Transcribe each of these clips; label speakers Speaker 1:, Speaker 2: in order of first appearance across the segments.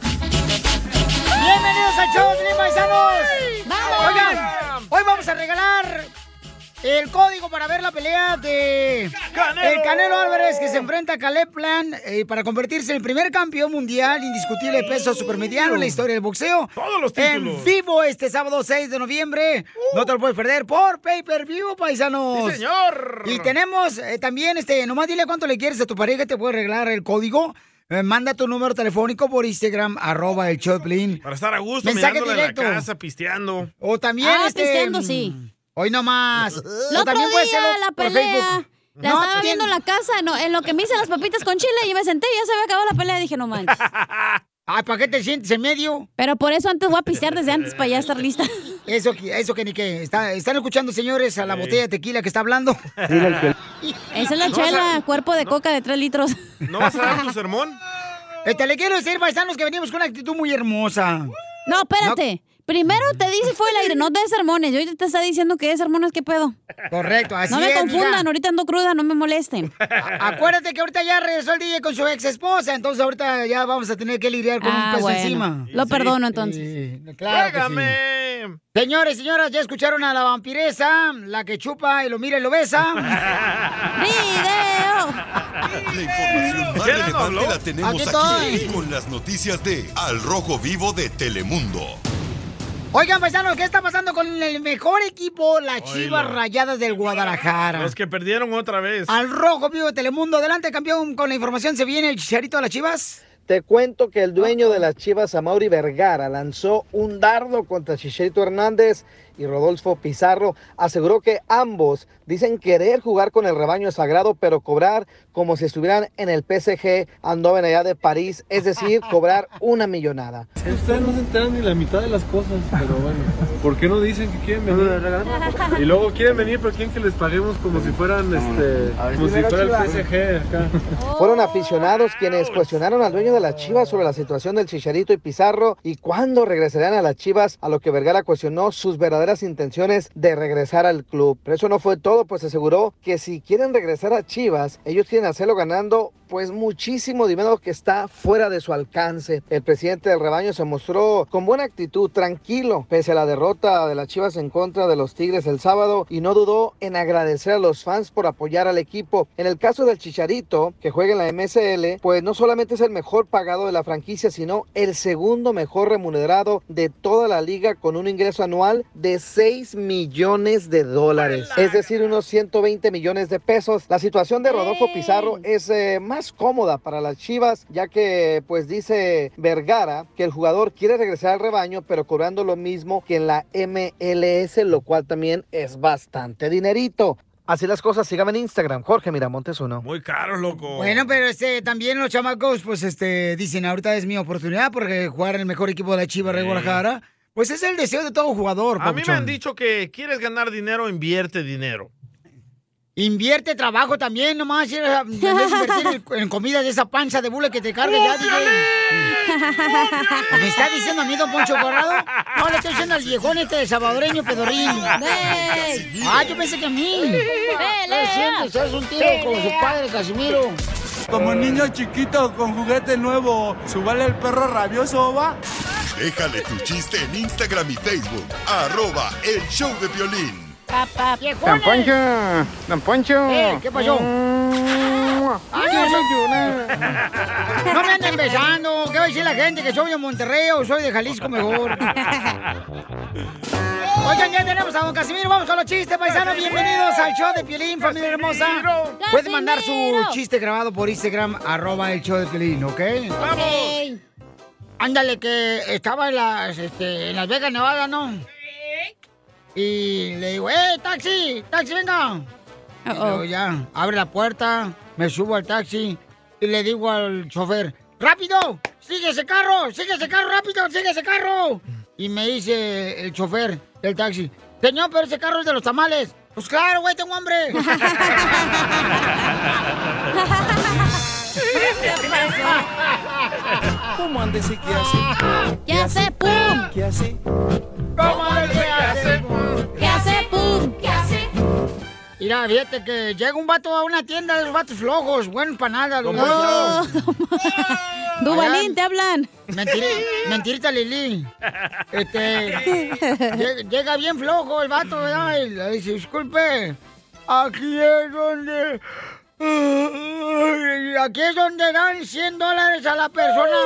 Speaker 1: Bienvenidos al show, Piolín, paisanos. Oigan, hoy vamos a regalar el código para ver la pelea de
Speaker 2: ¡Canelo!
Speaker 1: el Canelo Álvarez que se enfrenta a Caleb Plan eh, para convertirse en el primer campeón mundial indiscutible peso supermediano en la historia del boxeo. Todos los En
Speaker 2: títulos.
Speaker 1: vivo este sábado 6 de noviembre. No te lo puedes perder por pay-per-view, paisanos.
Speaker 2: Sí, señor.
Speaker 1: Y tenemos eh, también este, nomás dile cuánto le quieres a tu pareja, te puede regalar el código. Eh, manda tu número telefónico por Instagram, arroba el Choplin.
Speaker 3: Para estar a gusto, mirándola en la casa, pisteando.
Speaker 1: O también
Speaker 3: Ah,
Speaker 1: este,
Speaker 3: pisteando,
Speaker 1: sí. Hoy nomás.
Speaker 4: El
Speaker 1: O
Speaker 4: otro
Speaker 1: también puede
Speaker 4: día
Speaker 1: ser
Speaker 4: la
Speaker 1: por
Speaker 4: pelea.
Speaker 1: Facebook.
Speaker 4: La
Speaker 1: No,
Speaker 4: estaba
Speaker 1: tien-
Speaker 4: viendo en la casa, no, en lo que me hice las papitas con chile y me senté y ya se había acabado la pelea. Dije, no manches.
Speaker 1: Ay, Ah, ¿para qué te sientes en medio?
Speaker 4: Pero por eso antes voy a pistear desde antes para ya estar lista.
Speaker 1: Eso, que- eso que ni qué. Está- están escuchando, señores, a la botella de tequila que está hablando.
Speaker 5: Dile al pel-
Speaker 4: Esa es la
Speaker 1: No,
Speaker 4: chela,
Speaker 1: o sea,
Speaker 4: cuerpo de coca de 3 litros.
Speaker 1: ¿No vas a dar tu sermón? Este, le quiero decir, paisanos, que venimos con una actitud muy hermosa.
Speaker 4: No, espérate. Primero te dice fue el aire, no des sermones. Yo ahorita te está diciendo que es sermones, ¿qué pedo?
Speaker 1: Correcto, así
Speaker 4: No me
Speaker 1: es,
Speaker 4: confundan,
Speaker 1: mija.
Speaker 4: ahorita ando cruda, no me molesten.
Speaker 1: Acuérdate que ahorita ya regresó el DJ con su ex esposa, entonces ahorita ya vamos a tener que lidiar con
Speaker 4: Ah,
Speaker 1: un peso
Speaker 4: bueno.
Speaker 1: encima.
Speaker 4: Lo Sí. perdono, entonces.
Speaker 1: Sí, claro que sí.
Speaker 3: Pégame.
Speaker 1: Señores, señoras, ya escucharon a la vampiresa, la que chupa y lo mira y lo besa.
Speaker 6: La información más
Speaker 1: ¿Ya no
Speaker 6: relevante
Speaker 1: habló?
Speaker 6: la tenemos
Speaker 1: Aquí
Speaker 6: aquí,
Speaker 1: estoy.
Speaker 6: con las noticias de Al Rojo Vivo de Telemundo.
Speaker 1: Oigan, paisanos, ¿qué está pasando con el mejor equipo, las Chivas Rayadas del Guadalajara?
Speaker 3: Los que perdieron otra vez.
Speaker 1: Al rojo vivo de Telemundo. Adelante, campeón, con la información. ¿Se viene el chicharito de las Chivas?
Speaker 7: Te cuento que el dueño de las Chivas, Amauri Vergara, lanzó un dardo contra Chicharito Hernández y Rodolfo Pizarro. Aseguró que ambos dicen querer jugar con el rebaño sagrado, pero cobrar como si estuvieran en el PSG Andoven allá de París, es decir, cobrar una millonada.
Speaker 8: Ustedes no se enteran ni la mitad de las cosas, pero bueno. ¿Por qué no dicen que quieren venir? Y luego quieren venir, pero quieren que les paguemos como si fueran, este, como si fuera el PSG acá.
Speaker 7: Fueron aficionados quienes cuestionaron al dueño de las Chivas sobre la situación del Chicharito y Pizarro y cuándo regresarán a las Chivas, a lo que Vergara cuestionó sus verdaderas intenciones de regresar al club. Pero eso no fue todo, pues aseguró que si quieren regresar a Chivas, ellos quieren hacerlo ganando pues muchísimo dinero que está fuera de su alcance. El presidente del rebaño se mostró con buena actitud, tranquilo, pese a la derrota de las Chivas en contra de los Tigres el sábado y no dudó en agradecer a los fans por apoyar al equipo. En el caso del Chicharito, que juega en la MSL, pues no solamente es el mejor pagado de la franquicia, sino el segundo mejor remunerado de toda la liga con un ingreso anual de 6 millones de dólares, es decir, unos 120 millones de pesos. La situación de Rodolfo Pizarro es eh, más cómoda para las Chivas, ya que pues dice Vergara que el jugador quiere regresar al rebaño, pero cobrando lo mismo que en la MLS, lo cual también es bastante dinerito. Así las cosas, síganme en Instagram, Jorge Miramontes uno.
Speaker 3: Muy caros, loco.
Speaker 1: Bueno, pero este también los chamacos, pues este, dicen, ahorita es mi oportunidad porque jugar en el mejor equipo de la Chivas de
Speaker 3: Sí.
Speaker 1: Guadalajara. Pues es el deseo de todo jugador.
Speaker 3: a mí me
Speaker 1: papuchón.
Speaker 3: han dicho que quieres ganar dinero, invierte dinero.
Speaker 1: Invierte trabajo también, nomás ir a- en vez de invertir en- en comida de esa panza de bula que te carga ya, DJ. ¿Me está diciendo a mí, don Poncho Corrado? No, le estoy diciendo al viejón este de salvadoreño pedorrín.
Speaker 2: Ey.
Speaker 1: Ah, yo pensé que a mí.
Speaker 2: Pelea.
Speaker 1: ¿Qué haces un tiro con su padre, Casimiro?
Speaker 9: Como niño chiquito con juguete nuevo, subale el perro rabioso, va.
Speaker 6: Déjale tu chiste en Instagram y Facebook, arroba el show de violín.
Speaker 4: Papá.
Speaker 5: Don Poncho, Don Poncho.
Speaker 6: Eh, ¿qué pasó?
Speaker 5: Mm,
Speaker 1: Ay, no soy de una. No me anden besando. ¿Qué va a decir la gente? ¿Que soy de Monterrey o soy de Jalisco mejor? Oigan, ya tenemos a don Casimiro. Vamos con los chistes, paisanos. Bienvenidos al show de Pielín, familia hermosa. Pueden mandar su chiste grabado por Instagram, arroba el show de Pielín, ¿ok?
Speaker 2: ¡Vamos!
Speaker 1: Ándale, que estaba en las, este, en las Vegas, Nevada, ¿no? Y le digo, ¡eh, taxi! ¡Taxi, venga! Y luego ya, abre la puerta, me subo al taxi y le digo al chofer, ¡rápido! ¡Sigue ese carro! ¡Sigue ese carro! ¡Rápido! ¡Sigue ese carro! Y me dice el chofer del taxi, señor, pero ese carro es de los tamales. Pues claro, güey, tengo hambre.
Speaker 2: ¿Cómo andes y qué hace?
Speaker 4: ¿Qué hace pum?
Speaker 2: ¿Qué hace? ¿Cómo andes y qué hace?
Speaker 1: ¿Qué hace, pum? ¿Qué hace? Mira, fíjate que llega un vato a una tienda de los vatos flojos, buenos para nada. Oh. los
Speaker 4: No,
Speaker 1: vatos.
Speaker 4: Dubalín,
Speaker 1: te hablan. mentirita Lili. Este, lle- llega bien flojo el vato, ¿verdad? Y le dice, disculpe, aquí es donde... Aquí es donde dan 100 dólares a la persona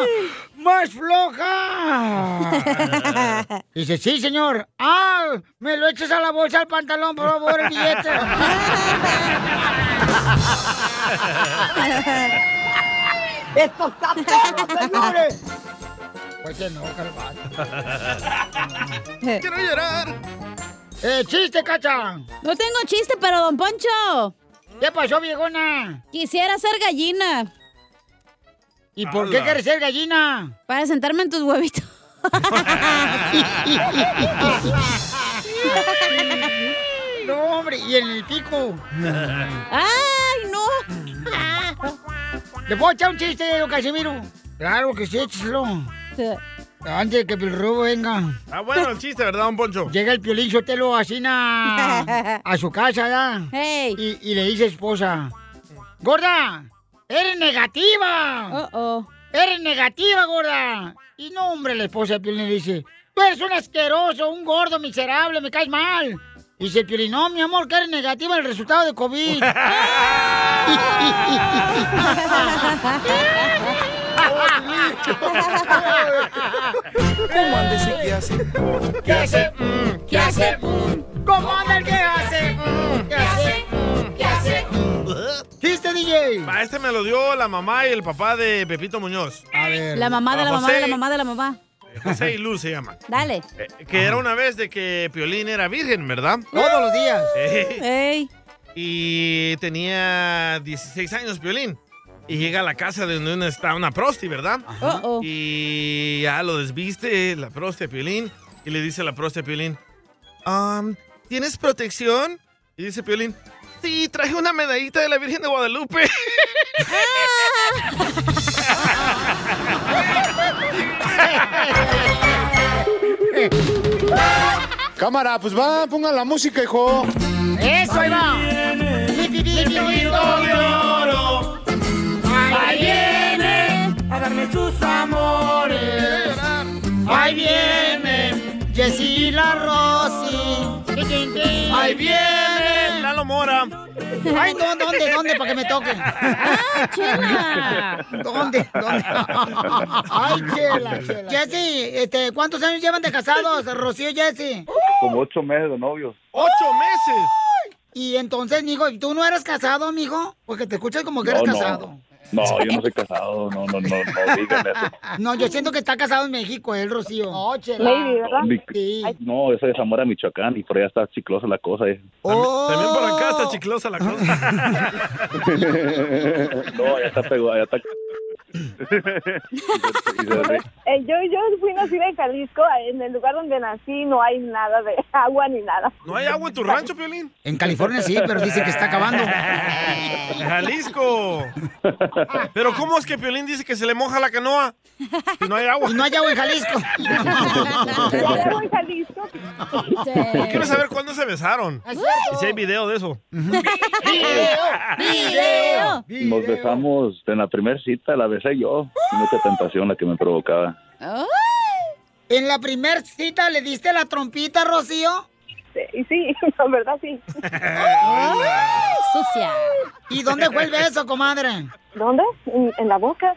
Speaker 1: más floja. Dice, sí, señor. Ah, me lo eches a la bolsa al pantalón, por favor, el billete. ¡Esto está ¿eh? perro, señores! Pues se enoja el vato.
Speaker 2: Quiero llorar.
Speaker 1: Eh, chiste, cacha.
Speaker 4: No tengo chiste, pero don Poncho.
Speaker 1: ¿Qué pasó, viejona?
Speaker 4: Quisiera ser gallina.
Speaker 1: ¿Y por qué quieres ser gallina?
Speaker 4: Para sentarme en tus huevitos.
Speaker 1: No, hombre, y en el pico.
Speaker 4: ¡Ay, no!
Speaker 1: ¿Le puedo echar un chiste, don Casimiro? Claro que sí, échalo. Antes de que el robo venga.
Speaker 8: Ah, bueno, el chiste, ¿verdad, don Poncho?
Speaker 1: Llega el piolín Sotelo a Sina a su casa, ¿ya? Y, y le dice a su esposa, Gorda, eres negativa. Eres negativa, gorda. Y no, hombre, la esposa de Piolín le dice, tú eres un asqueroso, un gordo miserable, me caes mal. Dice el Piolín, no, mi amor, que eres negativa el resultado de COVID.
Speaker 2: ¿Cómo andes y qué hace? ¿Qué hace? ¿Qué hace?
Speaker 1: ¿Cómo anda el que hace? ¿Qué hace? ¿Qué hace? ¿Chiste, DJ?
Speaker 8: A este me lo dio la mamá y el papá de Pepito Muñoz.
Speaker 1: A ver.
Speaker 4: La mamá de
Speaker 8: Ah,
Speaker 4: la mamá de la mamá de la mamá.
Speaker 8: José y Luz se llama.
Speaker 4: Dale.
Speaker 8: Eh, Que era una vez de que Piolín era virgen, ¿verdad?
Speaker 1: Todos los días.
Speaker 8: Eh,
Speaker 4: Ey.
Speaker 8: Y tenía 16 años Piolín. Y llega a la casa de donde está una prosti, ¿verdad? Y ya lo desviste la prosti a Piolín. Y le dice a la prosti a Piolín, "Am, ¿tienes protección? Y dice Piolín, sí, traje una medallita de la Virgen de Guadalupe.
Speaker 5: eh.
Speaker 10: Cámara, pues va, pongan la música, hijo.
Speaker 1: ¡Eso, ahí va!
Speaker 2: Ahí viene
Speaker 1: a darme sus amores. Ahí viene Jessy la Rosy.
Speaker 2: Ahí
Speaker 8: viene Lalo Mora.
Speaker 1: Ay, no, ¿dónde? ¿Dónde? Para que me toquen. ¡Ah,
Speaker 2: chela.
Speaker 1: ¿Dónde? ¿Dónde? Ay, chela, chela. Jessy, este, ¿cuántos años llevan de casados, Rocío y Jessy?
Speaker 11: Como ocho meses de novios.
Speaker 8: ¡Ocho meses!
Speaker 1: Y entonces, mijo, ¿tú no eras casado, mijo? Porque te escuchas como que
Speaker 11: no,
Speaker 1: eres
Speaker 11: no.
Speaker 1: casado.
Speaker 11: No, yo no soy casado, no, no, no, no digan eso.
Speaker 1: No, yo siento que está casado en México, el Rocío. No, Oh, chela.
Speaker 11: Lady, ¿verdad? Ni-
Speaker 1: Ah, Sí.
Speaker 11: No, yo soy de Zamora, Michoacán, y por allá está chiclosa la cosa. eh.
Speaker 1: Oh.
Speaker 8: También por acá está chiclosa la cosa.
Speaker 11: no, allá está pegado, allá está... Y se ríe.
Speaker 12: Eh, yo, yo fui nacida en Jalisco, en el lugar donde nací no hay nada de agua ni nada.
Speaker 8: ¿No hay agua en tu rancho, Piolín?
Speaker 1: En California sí, pero dicen que está acabando.
Speaker 8: Jalisco. Pero ¿cómo es que Piolín dice que se le moja la canoa? Y no hay agua.
Speaker 1: no hay agua en Jalisco.
Speaker 8: Yo quiero saber cuándo se besaron.
Speaker 1: Es
Speaker 8: Y si hay video de eso.
Speaker 1: ¡Video!
Speaker 11: Nos besamos en la primera cita, la besé yo. Y mucha tentación la que me provocaba.
Speaker 1: En la primer cita le diste la trompita, Rocío.
Speaker 13: dice. Y sí, la verdad sí.
Speaker 4: sucia.
Speaker 1: ¿Y dónde fue el beso, comadre?
Speaker 13: ¿Dónde? En, en la boca.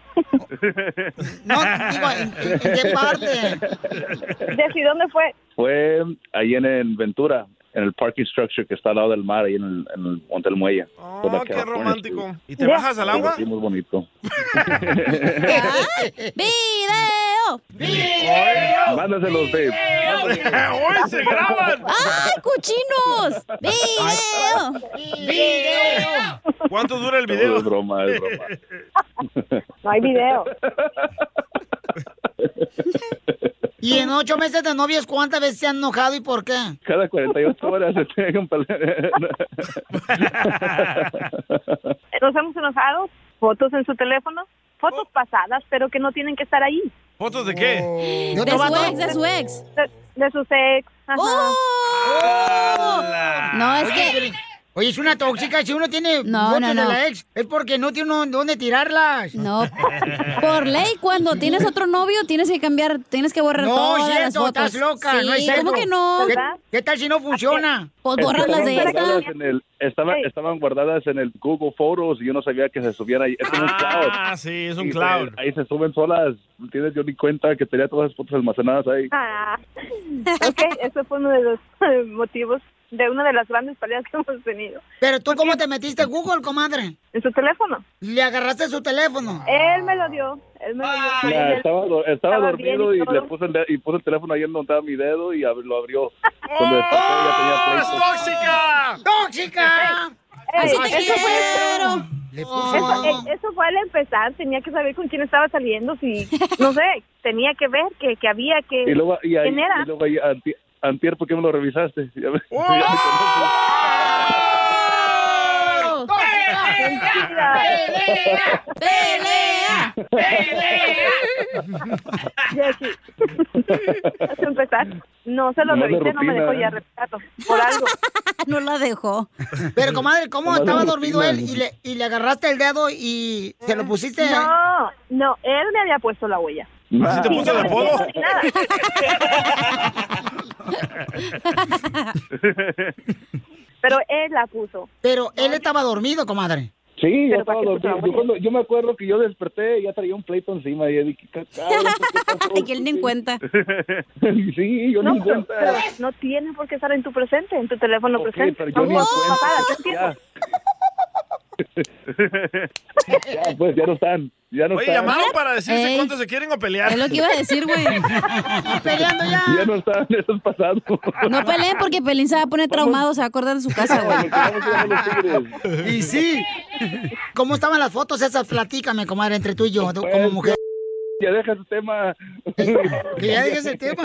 Speaker 1: No, digo, ¿en, en- en qué parte?
Speaker 13: Jessy, ¿dónde fue?
Speaker 11: Fue ahí en, en Ventura, en el parking structure que está al lado del mar, ahí en el, en el Monte del Muelle. por la California
Speaker 2: Oh, romántico.
Speaker 11: Street.
Speaker 2: ¿Y te bajas al
Speaker 11: Algo
Speaker 2: agua?
Speaker 11: así muy bonito.
Speaker 4: ¡Video!
Speaker 11: Mándaselos, babe.
Speaker 2: ¡Hoy se graban!
Speaker 4: ¡Ay, cochinos! ¡Video!
Speaker 2: ¡Video! ¿Cuánto dura el
Speaker 11: No,
Speaker 2: video?
Speaker 11: es broma, es broma.
Speaker 13: No hay video.
Speaker 1: ¿Y en ocho meses de novios cuántas veces se han enojado y por qué?
Speaker 11: Cada 48 horas se tienen pelear.
Speaker 13: Nos hemos enojado. Fotos en su teléfono. Fotos
Speaker 8: Oh.
Speaker 13: pasadas, pero que no tienen que estar ahí.
Speaker 2: ¿Fotos de qué?
Speaker 4: De su ex, de su ex. Oh,
Speaker 13: De, de sus ex. ajá.
Speaker 4: No, es
Speaker 1: que... Oye, es una tóxica. Si uno tiene
Speaker 4: No,
Speaker 1: fotos
Speaker 4: no,
Speaker 1: de
Speaker 4: no.
Speaker 1: la ex, es porque no tiene uno dónde tirarlas.
Speaker 4: No, Por ley, cuando tienes otro novio, tienes que cambiar, tienes que borrar
Speaker 1: No,
Speaker 4: todas
Speaker 1: cierto,
Speaker 4: las fotos.
Speaker 1: estás loca,
Speaker 4: Sí,
Speaker 1: no es cierto.
Speaker 4: ¿Cómo que no?
Speaker 1: ¿Qué, qué tal si no funciona?
Speaker 4: Pues borras las de
Speaker 11: Estaban
Speaker 4: esta.
Speaker 11: guardadas en el- estaba- Estaban guardadas en el Google Photos y yo no sabía que se subían ahí. Es un cloud.
Speaker 2: Ah, sí, es un
Speaker 11: Y se-
Speaker 2: cloud.
Speaker 11: ahí se suben solas. Tienes yo ni cuenta que tenía todas las fotos almacenadas ahí.
Speaker 13: Ah, ok, eso fue uno de los eh, motivos de una de las grandes peleas que hemos tenido.
Speaker 1: Pero tú, ¿cómo te metiste a Google, comadre?
Speaker 13: En su teléfono.
Speaker 1: Le agarraste su teléfono.
Speaker 13: Él me lo dio. Él me lo dio.
Speaker 11: Nah, estaba, do- estaba
Speaker 13: Estaba bien
Speaker 11: dormido y,
Speaker 13: y todo.
Speaker 11: le puse el, de- y puse el teléfono ahí en donde estaba mi dedo y ab- lo abrió. Cuando desperté ya tenía
Speaker 13: ¡Eh!
Speaker 2: ¡Es
Speaker 11: Facebook.
Speaker 2: tóxica!
Speaker 1: ¡Tóxica!
Speaker 13: Ey,
Speaker 4: Así te
Speaker 13: eso, fue,
Speaker 4: quiero.
Speaker 1: Oh.
Speaker 13: eso- eh, eso fue al empezar. Tenía que saber con quién estaba saliendo. Si, no sé, tenía que ver que, que había que.
Speaker 11: Y luego, y ahí,
Speaker 13: ¿Quién era? ¡Oh!
Speaker 11: y luego ahí, anti- antier, ¿por qué me lo revisaste? Ya me-
Speaker 13: ¡Pelea!
Speaker 4: ¡Pelea!
Speaker 13: ¡Pelea! Jessy, hasta empezar, no se lo
Speaker 1: Nomás de
Speaker 13: revisé, no me
Speaker 1: rutina,
Speaker 13: dejó
Speaker 1: ¿eh?
Speaker 13: ya rescato. Por algo.
Speaker 4: No la dejó.
Speaker 1: Pero, comadre, ¿cómo
Speaker 13: Comadre,
Speaker 1: estaba dormido
Speaker 13: rutina.
Speaker 1: él y le, y le agarraste el dedo y se lo pusiste?
Speaker 13: No, no, él me había puesto la huella.
Speaker 2: ¿Así te puso el apodo?
Speaker 13: Pero él la puso.
Speaker 1: Pero él estaba dormido, comadre.
Speaker 11: Sí, yo
Speaker 1: Pero
Speaker 11: estaba
Speaker 1: ¿para
Speaker 11: dormido.
Speaker 1: qué te
Speaker 11: Yo,
Speaker 1: trabajas?
Speaker 11: cuando- yo me acuerdo que yo desperté y ya traía un pleito encima. Y yo dije, "Ca- cabrón,
Speaker 4: Ay, que él ni en cuenta.
Speaker 11: sí, yo
Speaker 13: No,
Speaker 11: no,
Speaker 13: pero,
Speaker 11: cuenta.
Speaker 13: pero no tiene por qué estar en tu presente, en tu teléfono
Speaker 11: Ok,
Speaker 13: presente.
Speaker 11: pero yo ni en
Speaker 13: Vamos,
Speaker 11: cuenta,
Speaker 13: pasada,
Speaker 11: pues,
Speaker 13: ¿qué tiene?
Speaker 11: ya. Ya, pues ya no están. Ya no
Speaker 2: Oye,
Speaker 11: están.
Speaker 2: ¿llamaron para decirse
Speaker 4: Ey.
Speaker 2: cuánto se quieren o pelear?
Speaker 4: Es lo que iba a decir, güey.
Speaker 1: peleando ya.
Speaker 11: Ya no están, eso es pasado.
Speaker 4: No peleen porque Pelín se va a poner traumado, se va a acordar de su casa, güey.
Speaker 1: Y sí. ¿Cómo estaban las fotos esas? Platícame, comadre, entre tú y yo, tú como mujer.
Speaker 11: Ya deja ese tema.
Speaker 1: Que ya dejes el tema.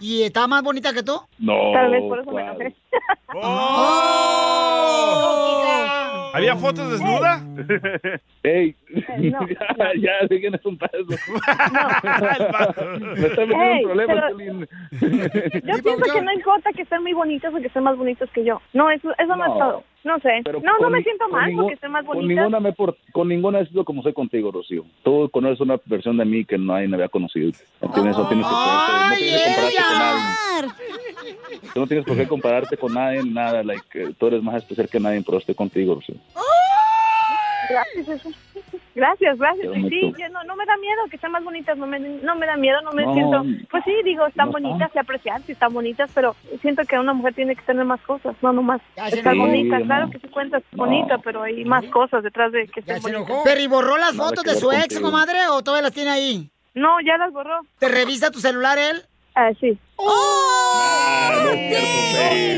Speaker 1: ¿Y estaba más bonita que tú?
Speaker 11: No.
Speaker 13: Tal vez por eso me
Speaker 11: cuál.
Speaker 13: enojé.
Speaker 2: ¡Oh! ¿Había fotos desnuda?
Speaker 11: Ey,
Speaker 13: Eh, no.
Speaker 11: ya, ya, siguen es un paso. Me está metiendo
Speaker 13: Ey,
Speaker 11: en problemas,
Speaker 13: pero-
Speaker 11: Piolín.
Speaker 13: Yo pienso que no importa que estén muy bonitas o que estén más bonitos que yo. No, eso, eso no,
Speaker 11: No.
Speaker 13: es todo. No sé.
Speaker 11: Pero
Speaker 13: no, no
Speaker 11: con-
Speaker 13: me siento
Speaker 11: con
Speaker 13: mal
Speaker 11: ningún-
Speaker 13: porque estén más
Speaker 11: Con
Speaker 13: bonitas.
Speaker 11: ninguna, me por- con ninguna he sido como soy contigo, Rocío. Tú conoces una versión de mí que nadie me había conocido. No tienes, no tienes,
Speaker 2: Ah.
Speaker 1: ¡Ay, ella!
Speaker 11: tú no tienes por qué compararte con nadie, nada. Like, eh, tú eres más especial que nadie, pero estoy contigo, Rocío.
Speaker 13: Gracias, eso. Gracias, gracias.
Speaker 11: Qué
Speaker 13: Sí,
Speaker 11: bonito.
Speaker 13: yo no, no me da miedo que estén más bonitas, no me, no me da miedo, no me
Speaker 11: No,
Speaker 13: siento... Pues sí, digo, están
Speaker 11: no está.
Speaker 13: bonitas, se aprecian, sí están bonitas, pero siento que una mujer tiene que tener más cosas, no nomás
Speaker 1: se
Speaker 13: estar
Speaker 1: enojó.
Speaker 13: bonita.
Speaker 1: Sí,
Speaker 13: claro
Speaker 1: no.
Speaker 13: que sí cuentas
Speaker 1: No.
Speaker 13: bonita, pero hay más cosas detrás de que
Speaker 1: Ya
Speaker 13: estén
Speaker 1: se
Speaker 13: bonitas.
Speaker 1: enojó. Pero ¿y borró las
Speaker 13: Nada
Speaker 1: fotos
Speaker 13: que
Speaker 1: de
Speaker 13: ver
Speaker 1: su ex,
Speaker 13: contigo.
Speaker 1: comadre, o todavía las tiene ahí?
Speaker 13: No, ya las borró.
Speaker 1: ¿Te revisa tu celular él? ¡Oh!
Speaker 13: Ah, sí.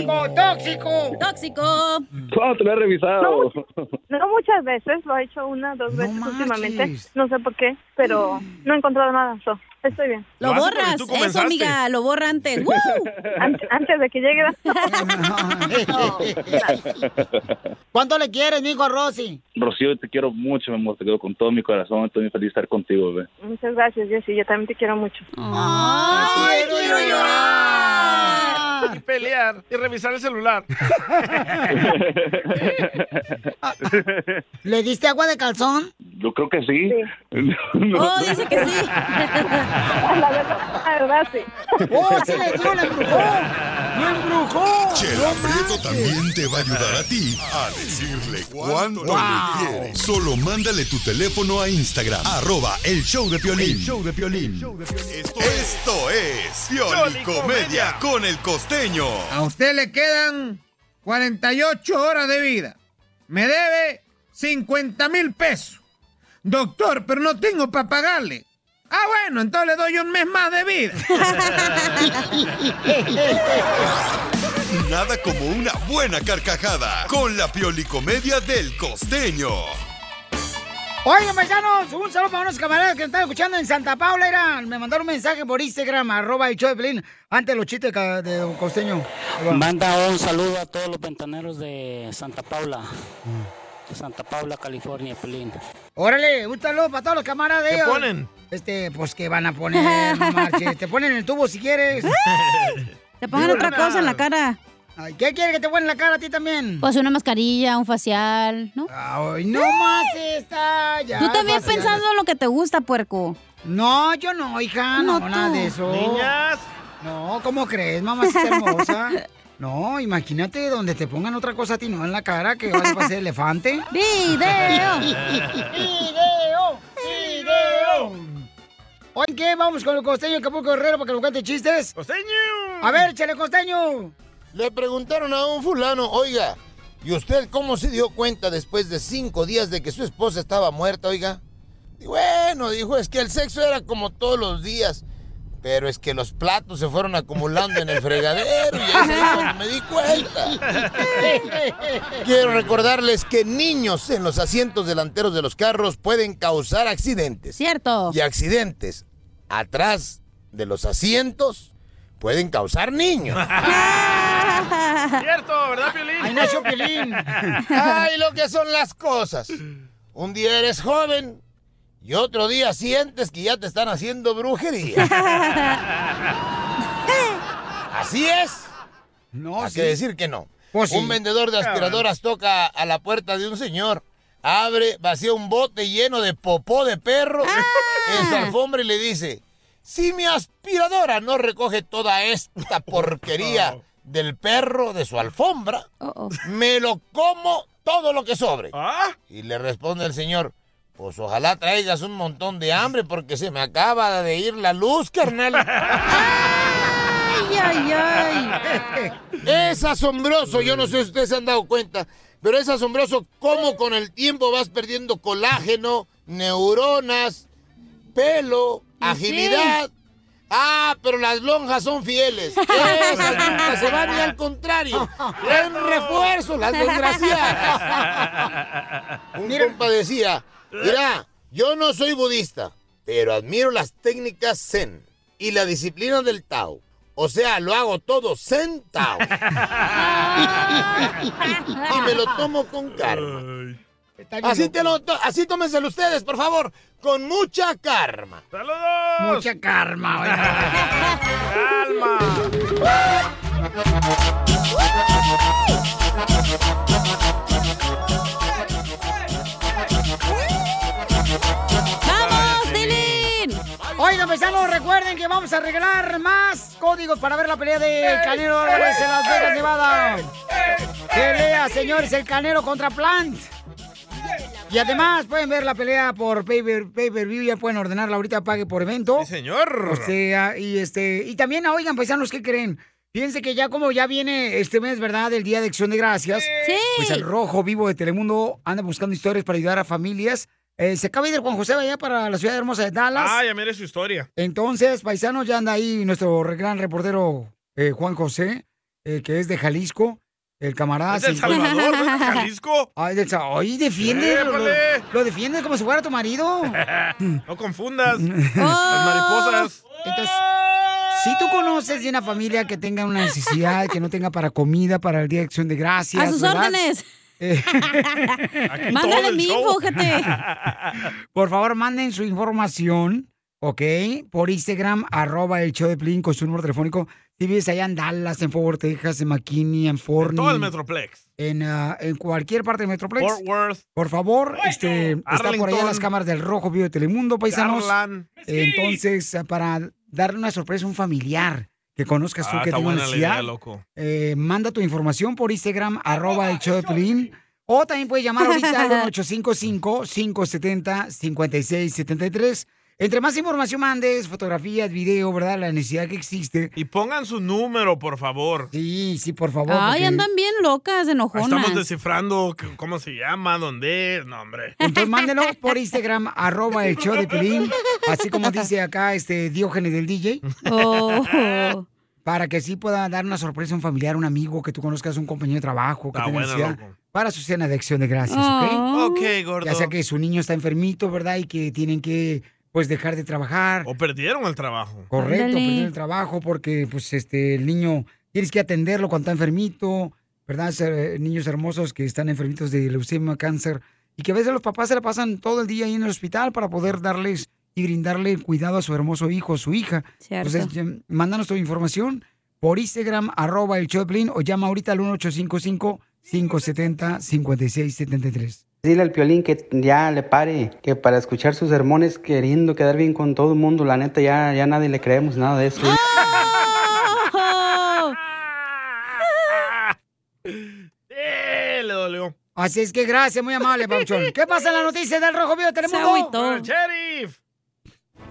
Speaker 1: ¡Tóxico, tóxico!
Speaker 4: ¡Tóxico!
Speaker 11: ¿Cuándo te lo he revisado?
Speaker 13: No muchas veces, lo he hecho una, dos veces últimamente, no sé por qué, pero no he encontrado nada, so, estoy bien.
Speaker 4: Lo Lo hace porque borras, tú eso, comenzaste. amiga, lo borra antes. ¡Woo!
Speaker 13: Ante- antes de que llegue la...
Speaker 1: ¿Cuánto le quieres, mijo, a Rosy?
Speaker 11: Rocío, te quiero mucho, mi amor. Te quedo con todo mi corazón. Estoy muy feliz de estar contigo, bebé.
Speaker 13: Muchas gracias, Jessy, yo también te quiero mucho.
Speaker 2: ¡Ay, quiero llorar! Y pelear y revisar el celular.
Speaker 1: ¿Le diste agua de calzón?
Speaker 11: Yo creo que sí.
Speaker 1: Oh, dice que sí.
Speaker 13: La verdad, la verdad, sí.
Speaker 1: ¡Oh, sí le dio, le embrujó! ¡Me embrujó!
Speaker 6: Chela Prieto también te va a ayudar a ti a decirle cuánto
Speaker 2: Wow.
Speaker 6: le quieres. Solo mándale tu teléfono a Instagram, arroba el show de Piolín.
Speaker 2: El
Speaker 6: show de Esto es Pioli Comedia con el costeño.
Speaker 5: A usted le quedan 48 horas de vida. Me debe 50 mil pesos. Doctor, pero no tengo para pagarle. Ah, bueno, entonces le doy un mes más de vida.
Speaker 6: Nada como una buena carcajada con la Pioli Comedia del costeño.
Speaker 1: Oigan, paisanos, un saludo para unos camaradas que están escuchando en Santa Paula. era, me mandaron un mensaje por Instagram, arroba el show de Pelín, antes de los chistes ca- de Don Costeño. Ahí va.
Speaker 14: Manda un saludo a todos los ventaneros de Santa Paula. De Santa Paula, California, Pelín.
Speaker 1: Órale, un saludo para todos los camaradas.
Speaker 14: ¿Qué
Speaker 1: ellos.
Speaker 14: ponen?
Speaker 1: Este, pues, ¿qué van a poner? No marches, te ponen el tubo si quieres.
Speaker 4: Te pongan otra cosa en la cara.
Speaker 1: ¿Qué quiere que te pongan en la cara a ti también?
Speaker 4: Pues una mascarilla, un facial, ¿no?
Speaker 1: Ay, no más esta, ya.
Speaker 4: Tú también
Speaker 1: facial.
Speaker 4: pensando en lo que te gusta, puerco.
Speaker 1: No, yo no, hija, no,
Speaker 4: No,
Speaker 1: nada
Speaker 4: tú.
Speaker 1: de eso.
Speaker 4: Niñas.
Speaker 1: No, ¿cómo crees, mamacita hermosa? No, imagínate donde te pongan otra cosa a ti, no en la cara, que vas a parecer elefante.
Speaker 2: ¡Video!
Speaker 1: ¡Video! ¡Video! Oye, ¿qué? Vamos con el costeño de Acapulco Herrero para que nos cuente chistes. ¡Costeño! A ver, chale costeño.
Speaker 3: Le preguntaron a un fulano, oiga, ¿y usted cómo se dio cuenta después de cinco días de que su esposa estaba muerta, oiga? Y bueno, dijo, es que el sexo era como todos los días, pero es que los platos se fueron acumulando en el fregadero y ahí fue cuando me di cuenta. Quiero recordarles que niños en los asientos delanteros de los carros pueden causar accidentes.
Speaker 4: Cierto.
Speaker 3: Y accidentes atrás de los asientos pueden causar niños.
Speaker 8: Cierto, ¿verdad, Piolín?
Speaker 3: Ay, nació Piolín. Ay, lo que son las cosas. Un día eres joven y otro día sientes que ya te están haciendo brujería. Así es. No, Hay
Speaker 2: sí.
Speaker 3: que decir que no.
Speaker 2: Pues sí.
Speaker 3: Un vendedor de aspiradoras toca a la puerta de un señor, abre, vacía un bote lleno de popó de perro
Speaker 2: Ah.
Speaker 3: en su alfombra y le dice, si mi aspiradora no recoge toda esta porquería
Speaker 2: Oh.
Speaker 3: del perro de su alfombra, me lo como todo lo que sobre.
Speaker 2: Ah.
Speaker 3: Y le responde el señor, pues ojalá traigas un montón de hambre porque se me acaba de ir la luz, carnal.
Speaker 2: ay, ay.
Speaker 3: Es asombroso, yo no sé si ustedes se han dado cuenta, pero es asombroso cómo con el tiempo vas perdiendo colágeno, neuronas, pelo, agilidad. Ah, pero las lonjas son fieles. Esas nunca se van y al contrario. Traen refuerzo, las desgraciadas. Un compa decía, mira, yo no soy budista, pero admiro las técnicas zen y la disciplina del Tao. O sea, lo hago todo zen Tao. y me lo tomo con karma.
Speaker 1: bien
Speaker 3: Así, te lo to- así tómenselo ustedes, por favor, con mucha karma. ¡Saludos!
Speaker 1: Mucha karma,
Speaker 4: ¡Vamos, Tilín!
Speaker 1: Oigan, paisanos, recuerden que vamos a regalar más códigos para ver la pelea de Canelo Álvarez en Las Vegas, Nevada. Pelea, señores, el Canelo contra Plant. Y además pueden ver la pelea por pay-per- pay-per-view, ya pueden ordenarla ahorita, pague por evento. Sí,
Speaker 8: señor.
Speaker 1: O sea, y este, y también, oigan, paisanos, ¿qué creen? Fíjense que ya como ya viene este mes, ¿verdad? El Día de Acción de Gracias.
Speaker 4: Sí.
Speaker 1: Pues el Rojo Vivo de Telemundo anda buscando historias para ayudar a familias. Eh, se acaba de ir Juan José allá para la ciudad hermosa de Dallas.
Speaker 8: Ah, ya mire su historia.
Speaker 1: Entonces, paisanos, ya anda ahí nuestro re- gran reportero eh, Juan José, eh, que es de Jalisco, el camarada.
Speaker 8: Es de El
Speaker 1: se encuentra-
Speaker 8: Salvador, ¿no? Jalisco.
Speaker 1: Ay, del Sa- ay, defiende, lo, lo-
Speaker 8: ¡Épale!
Speaker 1: lo defiende como si fuera tu marido.
Speaker 8: No confundas.
Speaker 1: Oh.
Speaker 8: Las mariposas.
Speaker 1: Entonces, si tú conoces de una familia que tenga una necesidad, que no tenga para comida, para el Día de Acción de Gracias.
Speaker 4: A sus
Speaker 1: ¿verdad?
Speaker 4: órdenes.
Speaker 1: Eh,
Speaker 4: Mándale mi info, ojete.
Speaker 1: Por favor, manden su información, ¿ok? Por Instagram, arroba el show de Plin con su número telefónico. Si vives allá en Dallas, en Fort Worth, Texas, en McKinney, en Forney.
Speaker 8: Todo el Metroplex.
Speaker 1: En, ah, en cualquier parte del Metroplex.
Speaker 8: Fort Worth.
Speaker 1: Por favor, este, está por allá
Speaker 8: Arlington.
Speaker 1: las cámaras del Rojo Vivo de Telemundo, paisanos.
Speaker 8: Garland.
Speaker 1: Entonces, ah, para darle una sorpresa a un familiar que conozcas tú
Speaker 8: Ah,
Speaker 1: que
Speaker 8: está
Speaker 1: tengo
Speaker 8: buena la
Speaker 1: necesidad,
Speaker 8: idea, loco.
Speaker 1: eh, manda tu información por Instagram, arroba el show de Piolín. O también puedes llamar ahorita al 855-570-5673. Entre más información mandes, fotografías, video, ¿verdad? La necesidad que existe.
Speaker 8: Y pongan su número, por favor.
Speaker 1: Sí, sí, por favor.
Speaker 4: Ay,
Speaker 8: porque-
Speaker 4: andan bien locas,
Speaker 8: Estamos
Speaker 4: enojonas.
Speaker 8: descifrando c- cómo se llama, dónde es, no, hombre.
Speaker 1: Entonces mándelo por Instagram, arroba el show de Pelín, así como dice acá este Diógenes del DJ.
Speaker 8: Oh.
Speaker 1: Para que sí pueda dar una sorpresa a un familiar, un amigo que tú conozcas, un compañero de trabajo, que
Speaker 8: Está
Speaker 1: tenga
Speaker 8: buena,
Speaker 1: necesidad,
Speaker 8: Ah, loco.
Speaker 1: para su cena de acción de gracias,
Speaker 8: Oh.
Speaker 1: ¿ok?
Speaker 8: Ok, gordo.
Speaker 1: Ya sea que su niño está enfermito, ¿verdad? Y que tienen que, pues, dejar de trabajar.
Speaker 8: O perdieron el trabajo.
Speaker 1: Correcto, perder el trabajo porque, pues, este, el niño, tienes que atenderlo cuando está enfermito, ¿verdad? Ser- eh, niños hermosos que están enfermitos de leucemia, cáncer, y que a veces los papás se la pasan todo el día ahí en el hospital para poder darles y brindarle cuidado a su hermoso hijo o su hija.
Speaker 4: Cierto.
Speaker 1: Entonces, ya- mándanos tu información por Instagram, arroba el Choplin, o llama ahorita al 1855-570-5673.
Speaker 15: Dile al Piolín que ya le pare, que para escuchar sus sermones queriendo quedar bien con todo el mundo, la neta ya, ya nadie le creemos nada de eso.
Speaker 8: Eh, le dolió.
Speaker 1: Así es que gracias, muy amable, Pauchón. ¿Qué pasa en la noticia del Rojo Vivo? Tenemos
Speaker 8: Se
Speaker 1: dos.
Speaker 8: agüitó. El sheriff.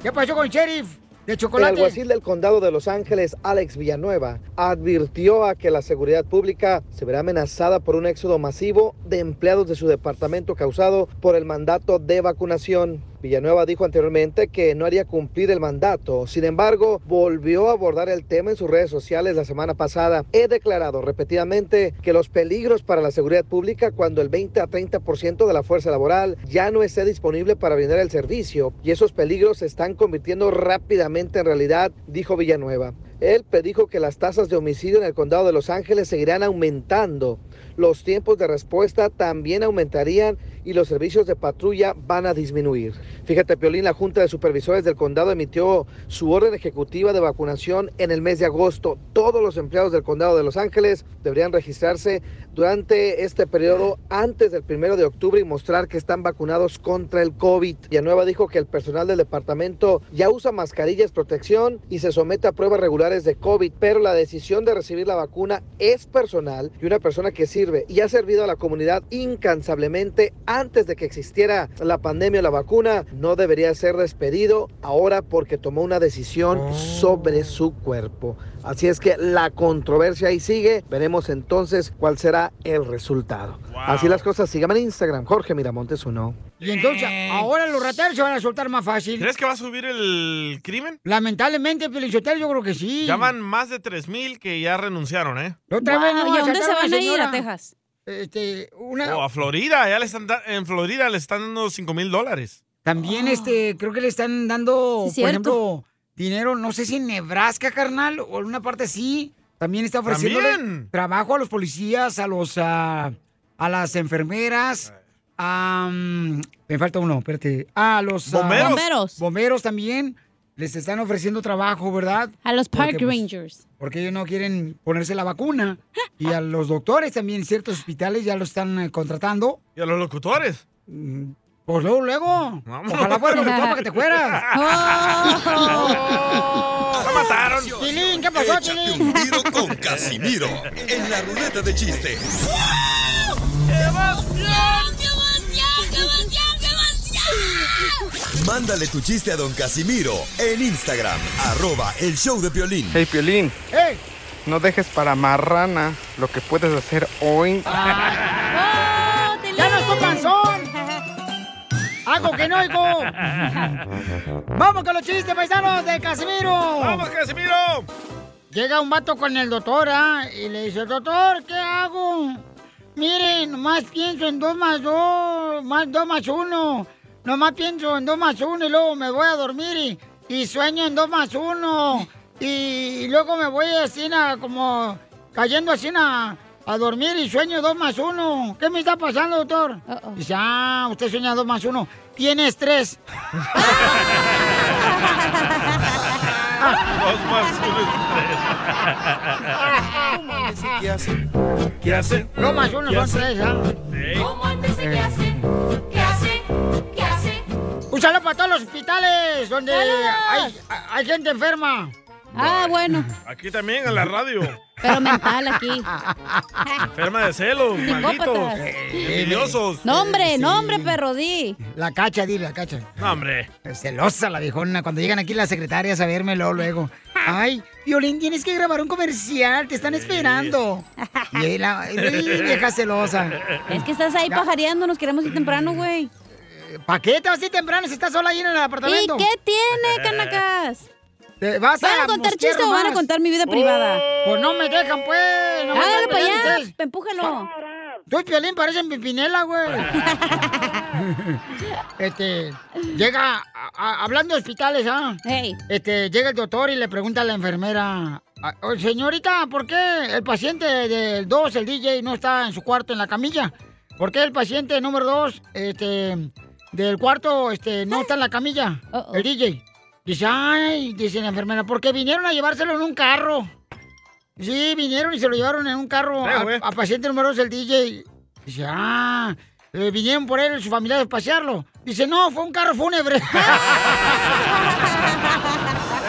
Speaker 1: ¿Qué pasó con el sheriff? De
Speaker 7: El
Speaker 1: chocolate.
Speaker 7: alguacil del condado de Los Ángeles, Alex Villanueva, advirtió a que la seguridad pública se verá amenazada por un éxodo masivo de empleados de su departamento causado por el mandato de vacunación. Villanueva dijo anteriormente que no haría cumplir el mandato. Sin embargo, volvió a abordar el tema en sus redes sociales la semana pasada. He declarado repetidamente que los peligros para la seguridad pública cuando el 20 a 30% de la fuerza laboral ya no esté disponible para brindar el servicio y esos peligros se están convirtiendo rápidamente en realidad, dijo Villanueva. Él predijo que las tasas de homicidio en el condado de Los Ángeles seguirán aumentando, los tiempos de respuesta también aumentarían y los servicios de patrulla van a disminuir. Fíjate, Piolín, la Junta de Supervisores del Condado emitió su orden ejecutiva de vacunación en el mes de agosto. Todos los empleados del Condado de Los Ángeles deberían registrarse durante este periodo antes del primero de octubre y mostrar que están vacunados contra el COVID. Villanueva dijo que el personal del departamento ya usa mascarillas, protección y se somete a pruebas regulares de COVID, pero la decisión de recibir la vacuna es personal y una persona que sirve y ha servido a la comunidad incansablemente antes de que existiera la pandemia o la vacuna no debería ser despedido ahora porque tomó una decisión sobre su cuerpo. Así es que la controversia ahí sigue. Veremos entonces cuál será el resultado. Así las cosas. Síganme en Instagram, Jorge Miramontes uno.
Speaker 1: Y entonces,
Speaker 4: Eh.
Speaker 1: ahora los rateros se van a soltar más fácil.
Speaker 8: ¿Crees que va a subir el crimen?
Speaker 1: Lamentablemente, Pelichotero, yo creo que sí.
Speaker 8: Ya van más de 3.000 que ya renunciaron, ¿eh?
Speaker 1: Otra vez
Speaker 4: Guau,
Speaker 1: no
Speaker 4: ¿y a dónde
Speaker 1: sacaron
Speaker 4: se van a ir?
Speaker 1: señora.
Speaker 4: ¿A Texas?
Speaker 1: Este, una...
Speaker 8: O Oh, a Florida, ya le están da- en Florida le están dando 5 mil dólares.
Speaker 1: También, este, creo que le están
Speaker 8: Sí,
Speaker 1: dando, por
Speaker 8: cierto.
Speaker 1: ejemplo, dinero, no sé si en Nebraska, carnal, o en una parte sí. También está ofreciendo
Speaker 8: También.
Speaker 1: trabajo a los policías, a los, ah, a las enfermeras, a, mm, me falta uno, espérate, a los... ah,
Speaker 4: Bomberos.
Speaker 1: bomberos. también les están ofreciendo trabajo, ¿verdad?
Speaker 4: A los
Speaker 1: Porque,
Speaker 4: Park
Speaker 1: pues,
Speaker 4: Rangers.
Speaker 1: porque ellos no quieren ponerse la vacuna. Y a los doctores también, ciertos hospitales ya lo están eh, contratando.
Speaker 8: ¿Y a los locutores?
Speaker 1: Pues luego, luego.
Speaker 8: Vamos.
Speaker 1: Ojalá fuera locutor para que te fueras.
Speaker 8: mataron!
Speaker 1: Chilín, ¿qué pasó,
Speaker 6: Échate un tiro con Casimiro en la ruleta de chistes. Mándale tu chiste a don Casimiro en Instagram, arroba el show de violín.
Speaker 16: Hey, Piolín. No dejes para marrana lo que puedes hacer hoy.
Speaker 1: ¡Ya no estoy panzón! ¡Hago que no oigo! ¡Vamos con los chistes paisanos de Casimiro!
Speaker 8: ¡Vamos, Casimiro!
Speaker 1: Llega un vato con el doctor, ¿ah? Y le dice, doctor, ¿qué hago? Miren, nomás pienso en dos más dos, más dos más uno. Nomás pienso en dos más uno y luego me voy a dormir y, y sueño en dos más uno. Y, luego me voy así, na, como cayendo así, na, a dormir y sueño dos más uno. ¿Qué me está pasando, doctor? Dice, ah, usted sueña dos más uno. Tienes tres.
Speaker 2: Dos más uno es tres. ¿Qué hace? ¿Qué hace?
Speaker 1: Dos más uno
Speaker 2: ¿Qué
Speaker 1: son
Speaker 2: hace?
Speaker 1: tres, ¿ah?
Speaker 2: ¿Cómo
Speaker 1: antes de que
Speaker 2: hace? ¿Qué hace? ¿Qué hace?
Speaker 1: Un saludo para todos los hospitales donde hay, hay gente enferma.
Speaker 4: Ah, bueno.
Speaker 8: Aquí también, en la radio.
Speaker 4: Pero mental aquí.
Speaker 1: Ah,
Speaker 8: Enferma de celos, malditos.
Speaker 4: Psicópatas.
Speaker 8: Envidiosos.
Speaker 4: Nombre, nombre, perro, di.
Speaker 1: La cacha, dile, la cacha.
Speaker 8: No, hombre.
Speaker 1: Celosa la viejona. Cuando llegan aquí las secretarias a verme luego, luego. Ay, Violín, tienes que grabar un comercial. Te están esperando. Y ahí la y vieja celosa.
Speaker 4: Es que estás ahí pajareando, nos queremos ir temprano, güey.
Speaker 1: ¿Para Eh, qué te vas a ir temprano si estás sola ahí en el apartamento?
Speaker 4: ¿Y qué tiene, canacas?
Speaker 1: Te vas
Speaker 4: ¿Van a
Speaker 1: a
Speaker 4: contar
Speaker 1: mosquear
Speaker 4: chiste o van a
Speaker 1: nomás.
Speaker 4: contar mi vida privada?
Speaker 1: Pues no me dejan, pues. No me
Speaker 4: Hágalo
Speaker 1: dejan,
Speaker 4: para allá,
Speaker 1: ustedes.
Speaker 4: empújalo.
Speaker 1: Tú, Piolín, parecen pipinela, güey. este, llega, a- a- hablando de hospitales, ¿ah? Este, llega el doctor y le pregunta a la enfermera, "Ah, oh, señorita, ¿por qué el paciente del 2, el DJ, no está en su cuarto en la camilla? ¿Por qué el paciente número 2, este, del cuarto, este, no está en la camilla? El DJ. Dice, ay, dice la enfermera, porque vinieron a llevárselo en un carro. Sí, vinieron y se lo llevaron en un carro
Speaker 2: Feo,
Speaker 1: a,
Speaker 2: eh.
Speaker 1: a paciente número 2, el DJ. Dice, ah, eh, vinieron por él y su familia a pasearlo. Dice, no, fue un carro fúnebre.
Speaker 2: ¡Se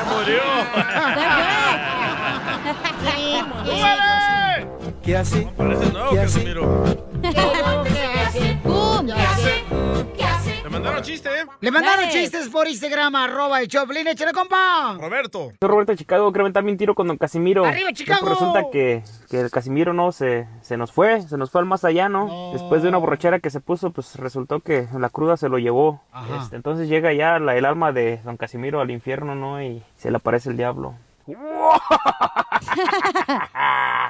Speaker 2: murió! ¡Súbale!
Speaker 9: ¿Qué hace?
Speaker 8: No, Casimiro.
Speaker 2: ¿Qué hace? ¿Qué hace?
Speaker 8: Te mandaron chiste, ¿eh?
Speaker 1: Le mandaron
Speaker 8: Dale.
Speaker 1: chistes por Instagram, arroba el Choplin, échale compa.
Speaker 8: Roberto.
Speaker 17: Soy Roberto de Chicago, quiero aventarme un tiro con don Casimiro.
Speaker 1: ¡Arriba,
Speaker 17: Pues
Speaker 1: Chicago!
Speaker 17: resulta que, que el Casimiro no se, se nos fue, se nos fue al más allá, ¿no? Después de una borrachera que se puso, pues resultó que la cruda se lo llevó.
Speaker 2: Ajá.
Speaker 17: Este, entonces llega ya la- el alma de don Casimiro al infierno, ¿no? Y se le aparece el diablo.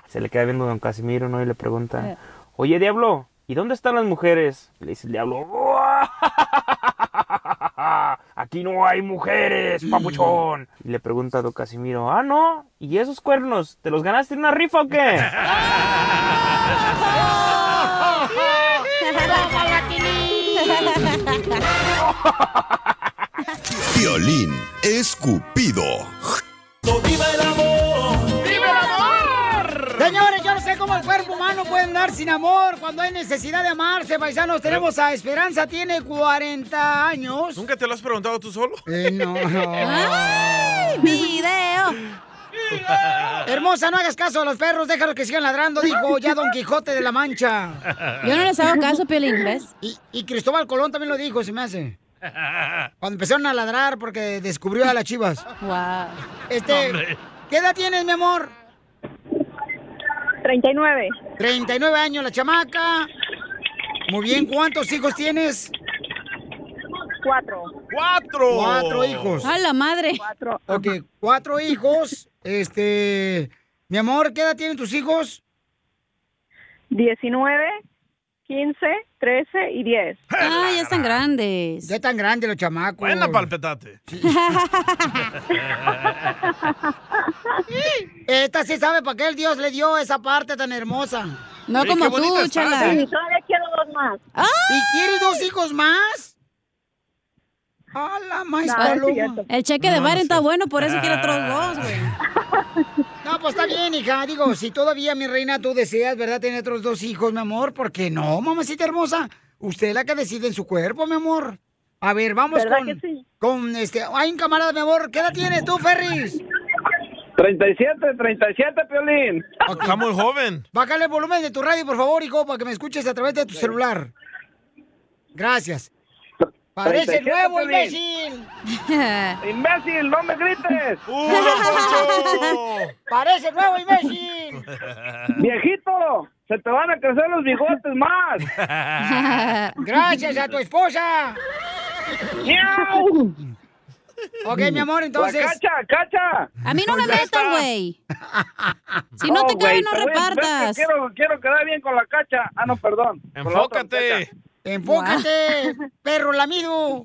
Speaker 17: Se le queda viendo don Casimiro, ¿no? Y le
Speaker 1: Eh.
Speaker 17: pregunta, oye, diablo, ¿y dónde están las mujeres? Y le dice el diablo, aquí no hay mujeres, papuchón. Y le pregunta a don Casimiro, ah, no, ¿y esos cuernos? ¿Te los ganaste en una rifa o qué?
Speaker 6: Violín escupido.
Speaker 2: ¡Viva el amor!
Speaker 1: ¡Viva el amor! Señores, yo no sé cómo el cuerpo humano puede andar sin amor cuando hay necesidad de amarse, paisanos. Tenemos a Esperanza, tiene 40 años.
Speaker 8: ¿Nunca te lo has preguntado tú solo?
Speaker 9: Eh,
Speaker 1: no. ¡Video! Hermosa, no hagas caso a los perros, déjalos que sigan ladrando, dijo ya Don Quijote de la Mancha.
Speaker 2: Yo no les hago caso,
Speaker 1: Piolín, ¿ves? Y, y Cristóbal Colón también lo dijo, se me hace. Cuando empezaron a ladrar porque descubrió a las chivas. Wow. Este,
Speaker 2: Hombre.
Speaker 1: ¿qué edad tienes, mi amor? 39. 39 años la chamaca. Muy bien, ¿cuántos hijos tienes? Cuatro. ¡Cuatro! Cuatro hijos.
Speaker 4: ¡A la madre!
Speaker 1: Cuatro. Ok, cuatro hijos. Este, mi amor, ¿qué edad tienen tus hijos? 19, 15, 13 y 10.
Speaker 4: Ah, ya están grandes.
Speaker 1: Ya están grandes los chamacos.
Speaker 8: Buena palpetate.
Speaker 1: Esta sí sabe para qué el Dios le dio esa parte tan hermosa.
Speaker 4: No Sí, como qué tú, bonita está. chala.
Speaker 1: Y todavía quiero dos más. ¿Y quieres dos hijos más? ¡A la más
Speaker 4: No, es
Speaker 1: paloma!
Speaker 4: cierto. Ah, El cheque de Biden está bueno, por eso quiere otros dos, güey.
Speaker 1: No, pues está bien, hija. Digo, si todavía, mi reina, tú deseas, ¿verdad?, tener otros dos hijos, mi amor. ¿Por qué no, mamacita hermosa? Usted es la que decide en su cuerpo, mi amor. A ver, vamos
Speaker 12: ¿Verdad
Speaker 1: con, con este. Hay un camarada, mi amor. ¿Qué edad tienes tú, Ferris?
Speaker 18: 37, 37, Piolín.
Speaker 8: Ah, Está muy joven.
Speaker 1: Bájale el volumen de tu radio, por favor, hijo, para que me escuches a través de tu celular. Gracias. Parece
Speaker 18: 37,
Speaker 1: nuevo,
Speaker 18: Piolín.
Speaker 1: imbécil.
Speaker 18: ¡Imbécil, no me grites!
Speaker 8: Uh,
Speaker 1: Parece nuevo, imbécil.
Speaker 18: ¡Viejito! ¡Se te van a crecer los bigotes más!
Speaker 1: Gracias a tu esposa. ok, mi amor, entonces.
Speaker 18: La ¡Cacha, cacha!
Speaker 4: A mí no me metas, güey. Si no te cabe,
Speaker 18: güey,
Speaker 4: no
Speaker 18: te voy a- ves que
Speaker 4: repartas.
Speaker 18: Quiero, quiero quedar bien con la cacha. Ah, no, perdón. con la otra cacha.
Speaker 1: Enfócate, perro lamido.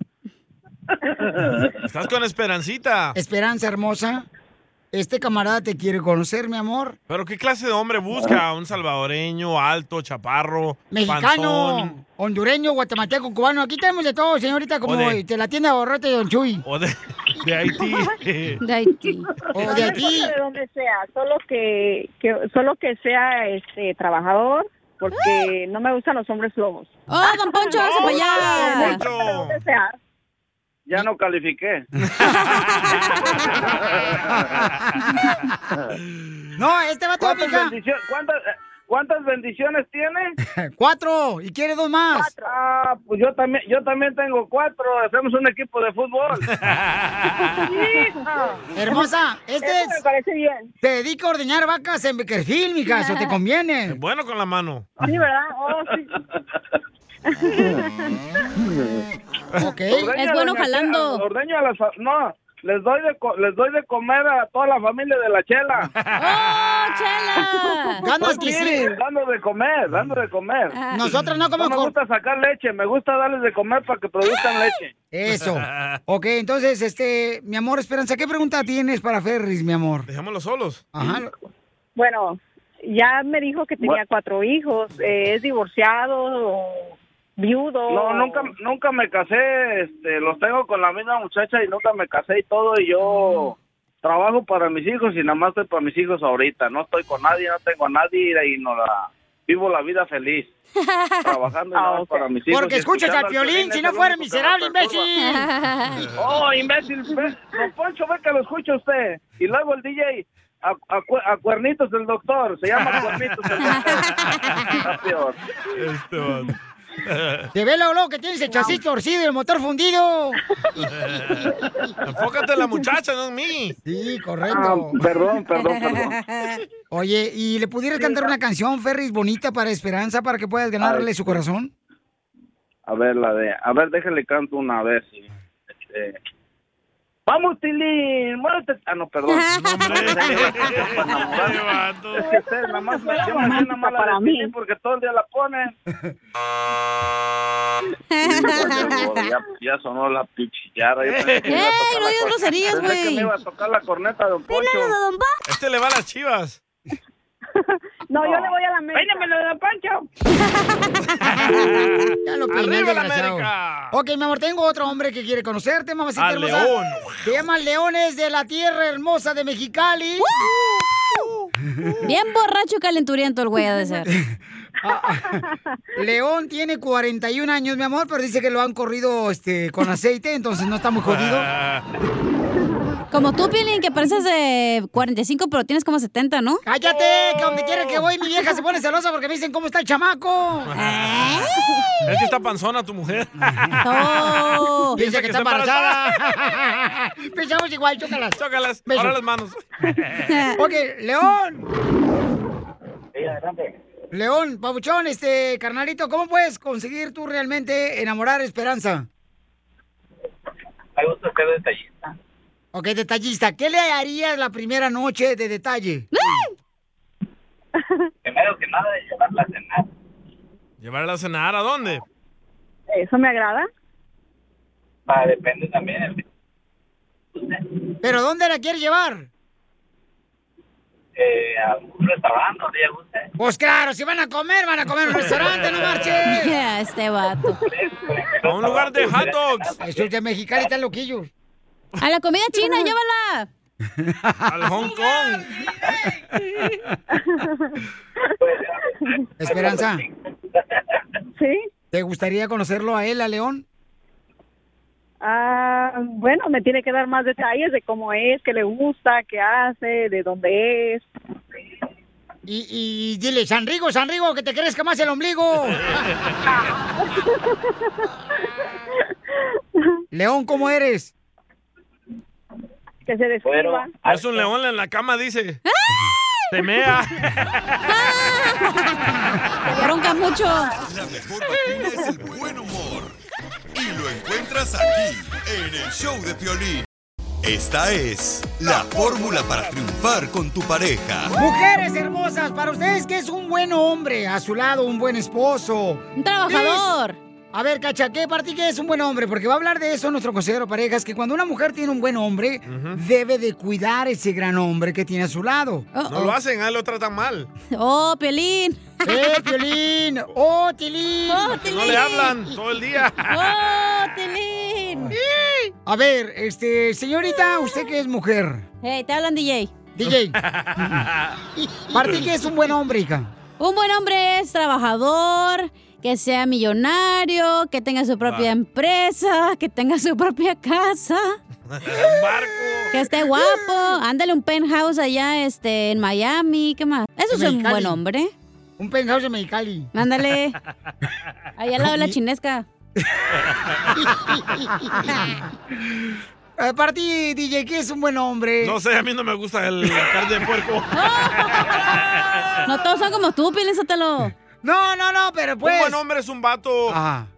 Speaker 8: Estás con Esperancita.
Speaker 1: Esperanza hermosa. Este camarada te quiere conocer, mi amor.
Speaker 8: Pero ¿qué clase de hombre busca? ¿Un salvadoreño, alto, chaparro,
Speaker 1: Mexicano,
Speaker 8: panzón?
Speaker 1: hondureño, guatemalteco, cubano. Aquí tenemos de todo, señorita, como
Speaker 8: O de-
Speaker 1: te la tienda Borrote de Don Chuy.
Speaker 8: ¿O de, de Haití?
Speaker 4: De Haití.
Speaker 1: O
Speaker 12: No
Speaker 1: de
Speaker 12: me
Speaker 1: aquí.
Speaker 12: importa de dónde sea, solo que, que- solo que sea este trabajador, porque no me gustan los hombres lobos.
Speaker 4: ¡Oh, don Poncho, hace para allá!
Speaker 12: No me importa de dónde sea.
Speaker 18: ya no califiqué.
Speaker 1: No, este vato
Speaker 18: ¿Cuántas,
Speaker 1: aplica.
Speaker 18: bendicio- cuántas- eh, cuántas bendiciones tiene?
Speaker 1: Cuatro. ¿Y quiere dos más?
Speaker 18: Ah, pues yo también, yo también tengo cuatro. Hacemos un equipo de fútbol.
Speaker 1: Hermosa, este
Speaker 18: Eso
Speaker 1: es.
Speaker 18: me
Speaker 1: parece bien. Te dedica a ordeñar vacas en Beckerfield, mi caso, te conviene.
Speaker 8: Eh, Bueno con la mano.
Speaker 1: Sí, ¿verdad? Oh, sí.
Speaker 18: Ok. Es
Speaker 4: bueno jalando.
Speaker 18: Ordeño a las fa- no, les doy de co- les doy de comer a toda la familia de la Chela. ¡Oh,
Speaker 4: Chela! Ah.
Speaker 1: Dando
Speaker 18: sí,
Speaker 1: exquisito.
Speaker 18: dando de comer, dando de comer.
Speaker 1: Nosotros no comemos
Speaker 18: No me
Speaker 1: cor-
Speaker 18: gusta sacar leche, me gusta darles de comer para que
Speaker 4: Ah.
Speaker 18: produzcan leche.
Speaker 1: Eso. Ok, entonces, este, mi amor, Esperanza, ¿qué pregunta tienes para Ferris, mi amor?
Speaker 8: Dejémoslo solos.
Speaker 1: Ajá.
Speaker 12: Bueno, ya me dijo que tenía cuatro hijos. eh, ¿Es divorciado o viudo?
Speaker 18: No, nunca, nunca me casé, este, los tengo con la misma muchacha y nunca me casé y todo, y yo trabajo para mis hijos y nada más estoy para mis hijos ahorita, no estoy con nadie, no tengo a nadie y no la, vivo la vida feliz, trabajando y nada más para mis hijos.
Speaker 1: Ah, Porque
Speaker 18: y
Speaker 1: escuchas al
Speaker 18: escuchando
Speaker 1: Piolín,
Speaker 18: es
Speaker 1: si no
Speaker 18: el
Speaker 1: fuera
Speaker 18: único que me
Speaker 1: miserable,
Speaker 18: perturba.
Speaker 1: imbécil.
Speaker 18: Oh, imbécil, ve, don Poncho, ve que lo escucha usted, y luego el DJ... A, a cu- a cuernitos del doctor, se llama cuernitos del doctor.
Speaker 8: Este,
Speaker 1: Te ve lo loco que tienes el chasis torcido y el motor fundido.
Speaker 8: Enfócate en la muchacha, no en mí.
Speaker 1: Sí, correcto.
Speaker 18: Ah, perdón, perdón, perdón.
Speaker 1: Oye, ¿y le pudieras cantar una canción, Ferris, bonita para Esperanza, para que puedas ganarle su corazón?
Speaker 18: A ver, la de. A ver, déjale canto una vez. sí. Este, Vamos, Tilín, muérete. Ah, no, perdón. es que ustedes nada más me hacen una mala para mí. porque todo el día la ponen. ya, ya sonó la pichillara. yo pensé que me iba a tocar
Speaker 8: ¡Ey, no
Speaker 18: la
Speaker 8: digas
Speaker 18: cor-
Speaker 8: groserías,
Speaker 18: pensé que
Speaker 8: güey!
Speaker 18: me iba a tocar la corneta de Don Poncho.
Speaker 8: Este le va a las chivas.
Speaker 18: No, yo le voy
Speaker 12: a la América.
Speaker 18: ¡Péñamelo de Don Poncho!
Speaker 1: Ya lo peiné,
Speaker 8: ¡Arriba la
Speaker 1: desgraciado.
Speaker 8: América!
Speaker 1: Ok, mi amor, tengo otro hombre que quiere conocerte, mamacita
Speaker 8: A
Speaker 1: hermosa.
Speaker 8: León.
Speaker 1: Se llama Leones de la Tierra Hermosa de Mexicali.
Speaker 4: Bien borracho y calenturiento el güey ha de ser.
Speaker 1: Ah, León tiene 41 años, mi amor, pero dice que lo han corrido este, con aceite, entonces no está muy jodido.
Speaker 8: Ah.
Speaker 4: Como tú, Pilín, que pareces de 45, pero tienes como 70, ¿no?
Speaker 1: ¡Cállate! Que donde quiera que voy, mi vieja se pone celosa porque me dicen cómo está el chamaco.
Speaker 8: Es que está panzona tu mujer.
Speaker 1: No.
Speaker 8: Piensa que está embarazada.
Speaker 1: Pensamos igual, chócalas.
Speaker 8: Chócalas.
Speaker 1: Beso.
Speaker 8: Ahora las manos.
Speaker 1: ok, León. León, Pabuchón, este, carnalito, ¿cómo puedes conseguir tú realmente enamorar a Esperanza?
Speaker 19: Me gusta ser detallista.
Speaker 1: Ok, detallista, ¿qué le harías la primera noche de detalle?
Speaker 19: Primero que nada, llevarla a cenar.
Speaker 8: ¿Llevarla a cenar a dónde?
Speaker 12: Eso me agrada.
Speaker 19: Va, Ah, depende también. el-
Speaker 1: ¿Pero dónde la quieres llevar?
Speaker 19: Eh, a un restaurante donde ella guste.
Speaker 1: Pues claro, si van a comer, van a comer en un restaurante, no marches.
Speaker 4: Ya, este vato.
Speaker 8: A un lugar de hot
Speaker 19: pues,
Speaker 8: dogs.
Speaker 1: Estos de Mexicali están loquillos.
Speaker 4: A la comida china, llévala.
Speaker 8: Al Hong Kong.
Speaker 1: Esperanza.
Speaker 12: Sí.
Speaker 1: ¿Te gustaría conocerlo a él, a León?
Speaker 12: Ah, bueno, me tiene que dar más detalles de cómo es, qué le gusta, qué hace, de dónde es.
Speaker 1: Y, y dile, Sanrigo, Sanrigo, que te crezca más el ombligo. León, ¿cómo eres?
Speaker 12: Que se describa.
Speaker 8: Es un león en la cama, dice. Se mea.
Speaker 4: Bronca mucho.
Speaker 6: La mejor vacuna es el buen humor. Y lo encuentras aquí, en el show de Piolín. Esta es la fórmula para triunfar con tu pareja.
Speaker 1: Mujeres hermosas, para ustedes, ¿qué es un buen hombre? A su lado, un buen esposo. Un
Speaker 4: trabajador.
Speaker 1: A ver, Cacha, ¿qué para ti qué es un buen hombre? Porque va a hablar de eso nuestro consejero parejas, que cuando una mujer tiene un buen hombre, debe de cuidar ese gran hombre que tiene a su lado.
Speaker 8: No lo hacen, ah, lo tratan mal.
Speaker 1: ¡Oh, Pelín! ¡Eh, Pelín! ¡Oh, Tilín!
Speaker 8: Porque no le hablan todo el día.
Speaker 1: ¡Oh, Tilín! A ver, este, señorita, usted que es mujer.
Speaker 4: Hey, te hablan DJ.
Speaker 1: DJ. Martín, ¿qué es un buen hombre, hija?
Speaker 4: Un buen hombre es trabajador, que sea millonario, que tenga su propia empresa, que tenga su propia casa. Que esté guapo, ándale un penthouse allá este, en Miami, ¿qué más? Eso es un
Speaker 1: Mexicali.
Speaker 4: buen hombre.
Speaker 1: Un penthouse en Mexicali.
Speaker 4: Ándale. Allá al lado de la chinesca.
Speaker 1: Eh, Para ti, DJ, ¿qué es un buen hombre?
Speaker 8: No sé, a mí no me gusta el la carne de puerco.
Speaker 4: No todos son como tú, Piolín Sotelo.
Speaker 1: No, no, no, pero pues.
Speaker 8: Un buen hombre es un vato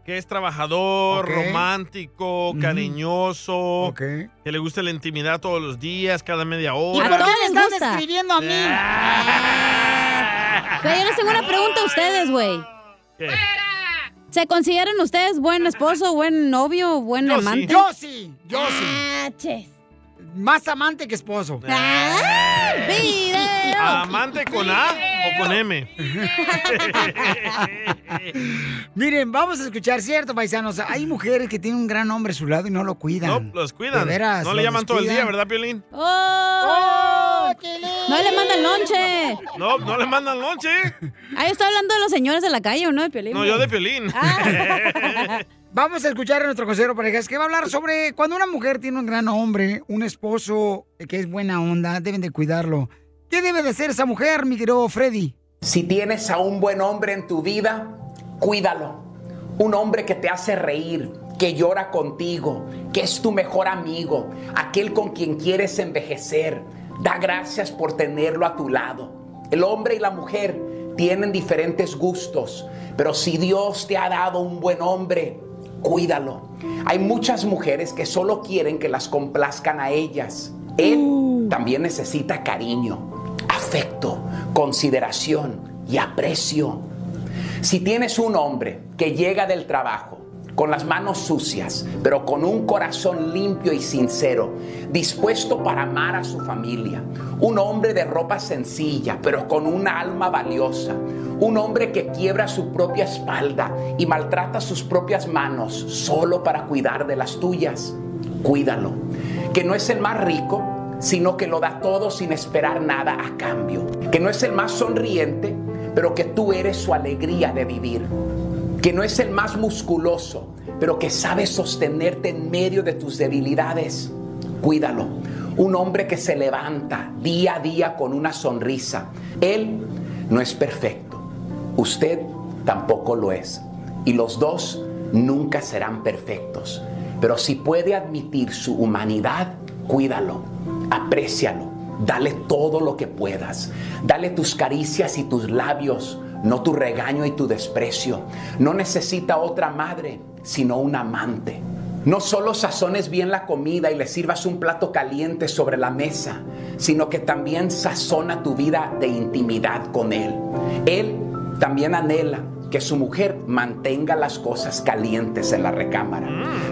Speaker 8: que es trabajador,
Speaker 4: Ok.
Speaker 8: romántico, cariñoso, que le gusta la intimidad todos los días, cada media
Speaker 1: ¿Y
Speaker 8: hora.
Speaker 1: por qué me están escribiendo a mí?
Speaker 4: Pero yo les tengo una pregunta a ustedes, güey. ¿Se consideran ustedes buen esposo, buen novio, buen
Speaker 1: Yo sí.
Speaker 4: amante? Ah,
Speaker 1: Yo sí, yo sí.
Speaker 4: ches.
Speaker 1: Más amante que esposo.
Speaker 4: Ah, ¡Video!
Speaker 8: Ah. ¿Amante con A o con M?
Speaker 1: Miren, vamos a escuchar, cierto, paisanos. Hay mujeres que tienen un gran hombre a su lado y no lo cuidan.
Speaker 8: No, los cuidan.
Speaker 1: De veras,
Speaker 8: no le
Speaker 1: los
Speaker 8: llaman todo el día,
Speaker 1: descuidan.
Speaker 8: ¿verdad, Piolín?
Speaker 4: ¡Oh! No le mandan lonche.
Speaker 8: No, no le mandan lonche.
Speaker 4: Ah, yo estaba hablando de los señores de la calle, ¿o no? De Piolín.
Speaker 8: No, yo de Piolín.
Speaker 1: Vamos a escuchar a nuestro consejero parejas que va a hablar sobre cuando una mujer tiene un gran hombre, un esposo que es buena onda, deben de cuidarlo. ¿Qué debe de ser esa mujer, mi querido Freddy?
Speaker 20: Si tienes a un buen hombre en tu vida, cuídalo. Un hombre que te hace reír, que llora contigo, que es tu mejor amigo, aquel con quien quieres envejecer. Da gracias por tenerlo a tu lado. El hombre y la mujer tienen diferentes gustos, pero si Dios te ha dado un buen hombre, cuídalo. Hay muchas mujeres que solo quieren que las complazcan a ellas. Él también necesita cariño, afecto, consideración y aprecio. Si tienes un hombre que llega del trabajo con las manos sucias, pero con un corazón limpio y sincero, dispuesto para amar a su familia, un hombre de ropa sencilla, pero con una alma valiosa, un hombre que quiebra su propia espalda y maltrata sus propias manos solo para cuidar de las tuyas, cuídalo, que no es el más rico, sino que lo da todo sin esperar nada a cambio, que no es el más sonriente, pero que tú eres su alegría de vivir, que no es el más musculoso, pero que sabe sostenerte en medio de tus debilidades. Cuídalo, un hombre que se levanta día a día con una sonrisa. Él no es perfecto, usted tampoco lo es, y los dos nunca serán perfectos. Pero si puede admitir su humanidad, cuídalo, aprécialo, dale todo lo que puedas. Dale tus caricias y tus labios, no tu regaño y tu desprecio. No necesita otra madre, sino un amante. No solo sazones bien la comida y le sirvas un plato caliente sobre la mesa, sino que también sazona tu vida de intimidad con él. Él también anhela que su mujer mantenga las cosas calientes en la recámara.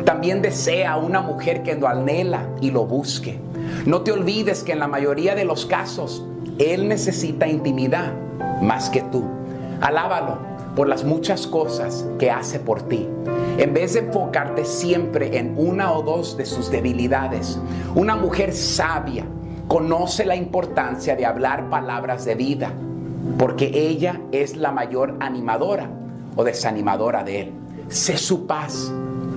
Speaker 20: También desea una mujer que lo anhela y lo busque. No te olvides que en la mayoría de los casos, él necesita intimidad más que tú. Alábalo por las muchas cosas que hace por ti. En vez de enfocarte siempre en una o dos de sus debilidades, una mujer sabia conoce la importancia de hablar palabras de vida porque ella es la mayor animadora o desanimadora de él. Sé su paz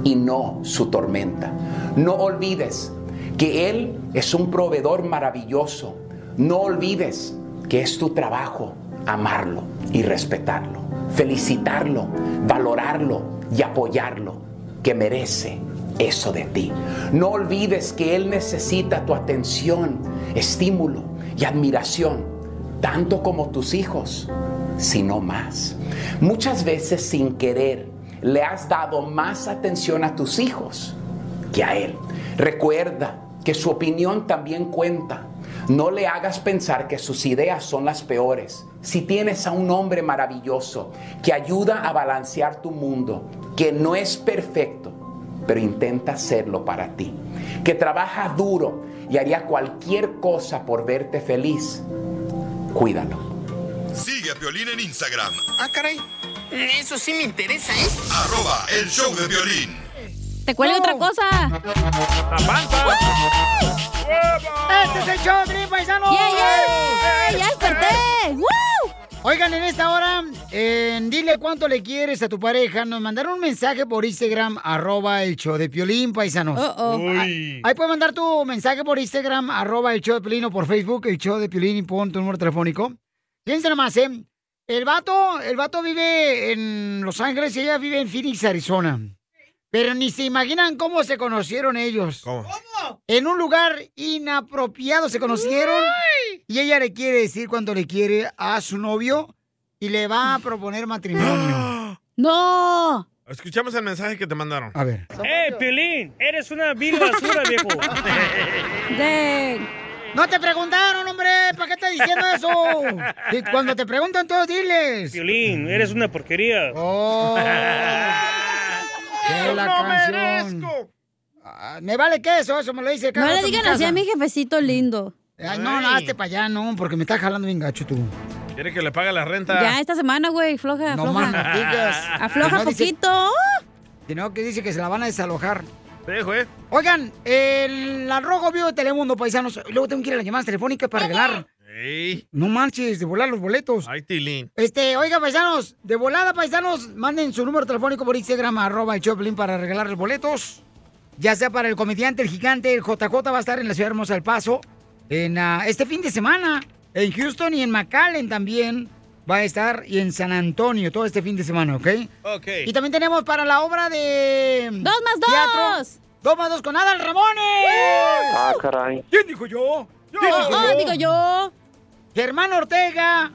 Speaker 20: y no su tormenta. No olvides que él es un proveedor maravilloso. No olvides que es tu trabajo amarlo y respetarlo, felicitarlo, valorarlo y apoyarlo, que merece eso de ti. No olvides que él necesita tu atención, estímulo y admiración tanto como tus hijos, sino más. Muchas veces sin querer le has dado más atención a tus hijos que a él. Recuerda que su opinión también cuenta. No le hagas pensar que sus ideas son las peores. Si tienes a un hombre maravilloso que ayuda a balancear tu mundo, que no es perfecto, pero intenta hacerlo para ti. Que trabaja duro y haría cualquier cosa por verte feliz. Cuídalo.
Speaker 6: Sigue a Piolín en Instagram.
Speaker 21: Ah, caray. Eso sí me interesa, ¿eh?
Speaker 6: Arroba el show de violín.
Speaker 4: Te cuelga
Speaker 1: Oh.
Speaker 4: otra cosa.
Speaker 1: ¡Este es el show, Tri, paisanos!
Speaker 4: Yeah, yeah, ¡Ya desperté!
Speaker 1: Oigan, en esta hora En dile cuánto le quieres a tu pareja. Nos mandaron un mensaje por Instagram, arroba el show de Piolín, paisanos.
Speaker 4: Uh-oh.
Speaker 1: Uh, Ahí, ahí puedes mandar tu mensaje por Instagram, arroba el show de Piolín o por Facebook, el show de Piolín y pon tu número telefónico. Fíjense nomás, ¿eh? El vato, el vato vive en Los Ángeles y ella vive en Phoenix, Arizona. Pero ni se imaginan cómo se conocieron ellos.
Speaker 8: ¿Cómo?
Speaker 1: En un lugar inapropiado se conocieron. Y ella le quiere decir cuánto le quiere a su novio y le va a proponer matrimonio.
Speaker 4: ¡No!
Speaker 8: Escuchamos el mensaje que te mandaron.
Speaker 1: A ver.
Speaker 22: ¡Eh, Piolín! Eres una vil basura, viejo.
Speaker 1: No te preguntaron, hombre. ¿Para qué estás diciendo eso? Y cuando te preguntan, todos diles.
Speaker 22: Piolín, eres una porquería.
Speaker 1: ¡Oh! ¡Qué la canción! Ah, Me vale que eso, eso me lo dice. cada
Speaker 4: No le
Speaker 1: rato en mi
Speaker 4: digan así a
Speaker 1: casa.
Speaker 4: mi jefecito lindo.
Speaker 1: Ay, no, no, hazte para allá, no, porque me estás jalando bien gacho tú.
Speaker 8: Quiere que le pague la renta.
Speaker 4: Ya esta semana, güey, floja,
Speaker 1: No
Speaker 4: floja.
Speaker 1: más no digas.
Speaker 4: Afloja
Speaker 1: No, dice-
Speaker 4: poquito.
Speaker 1: Sino que dice que se la van a desalojar.
Speaker 8: Dejo, ¿eh?
Speaker 1: Oigan, el arrojo vivo de Telemundo, paisanos. Luego tengo que ir a las llamadas telefónicas para regalar.
Speaker 8: Ey.
Speaker 1: No manches, de volar los boletos.
Speaker 8: Ay, Tilín.
Speaker 1: Este, oiga, paisanos, de volada, paisanos, manden su número telefónico por Instagram, arroba el Choplin para regalar los boletos. Ya sea para el comediante, el gigante, el JJ va a estar en la ciudad hermosa del Paso. En, ah, este fin de semana, en Houston y en McAllen también va a estar. Y en San Antonio, todo este fin de semana, ¿ok?
Speaker 8: Ok.
Speaker 1: Y también tenemos para la obra de... ¡Dos más
Speaker 4: dos!
Speaker 1: ¡Dos más dos con Adal Ramones!
Speaker 23: Ah, caray.
Speaker 1: ¿Quién dijo yo?
Speaker 23: Yo. Ah, digo
Speaker 1: yo. Germán Ortega,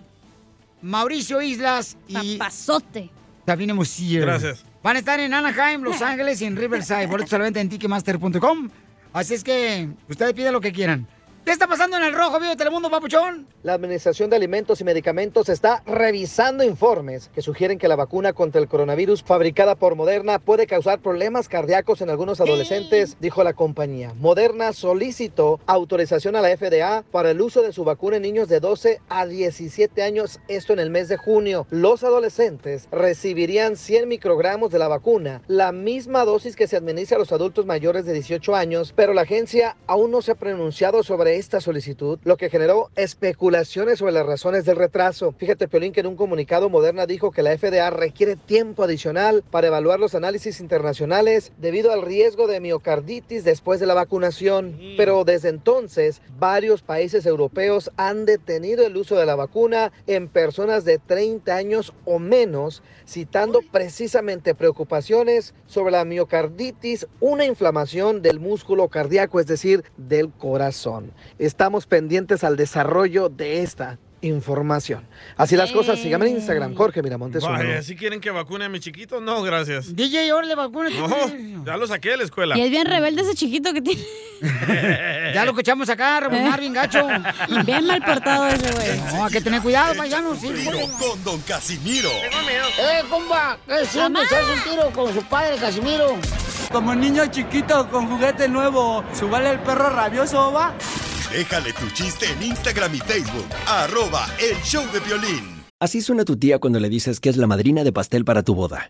Speaker 1: Mauricio Islas y... Papazote. Sabine Musier.
Speaker 8: Gracias.
Speaker 1: Van a estar en Anaheim, Los Ángeles y en Riverside. Boletos a la venta en Ticketmaster.com. Así es que ustedes piden lo que quieran. ¿Qué está pasando en el Rojo Vivo de Telemundo, papuchón?
Speaker 7: La Administración de Alimentos y Medicamentos está revisando informes que sugieren que la vacuna contra el coronavirus fabricada por Moderna puede causar problemas cardíacos en algunos adolescentes, dijo la compañía. Moderna solicitó autorización a la FDA para el uso de su vacuna en niños de 12 a 17 años, esto en el mes de junio. Los adolescentes recibirían 100 microgramos de la vacuna, la misma dosis que se administra a los adultos mayores de 18 años, pero la agencia aún no se ha pronunciado sobre esta solicitud, lo que generó especulaciones sobre las razones del retraso. Fíjate, Piolín, que en un comunicado Moderna dijo que la FDA requiere tiempo adicional para evaluar los análisis internacionales debido al riesgo de miocarditis después de la vacunación. Pero desde entonces, varios países europeos han detenido el uso de la vacuna en personas de 30 años o menos, citando precisamente preocupaciones sobre la miocarditis, una inflamación del músculo cardíaco, es decir, del corazón. Estamos pendientes al desarrollo de esta información. Así las cosas, síganme en Instagram, Jorge Miramontes. uno.
Speaker 8: Vaya, ¿sí quieren que vacune a mi chiquito? No, gracias.
Speaker 1: DJ, ahora le vacuna.
Speaker 8: Oh, No, ya lo saqué de la escuela.
Speaker 4: Y es bien rebelde ese chiquito que tiene.
Speaker 1: Ya lo escuchamos acá, rebonar bien gacho.
Speaker 4: Bien mal portado ese, güey.
Speaker 1: No, hay que tener cuidado, paisanos. Sí,
Speaker 6: Tiro con Don Casimiro.
Speaker 1: ¡Eh, compa! ¿Qué sientes? ¿Haz un tiro con su padre, Casimiro?
Speaker 9: Como niño chiquito con juguete Este nuevo, ¿subale el perro rabioso va?
Speaker 6: Déjale tu chiste en Instagram y Facebook. Arroba el show de violín.
Speaker 24: Así suena tu tía cuando le dices que es la madrina de pastel para tu boda.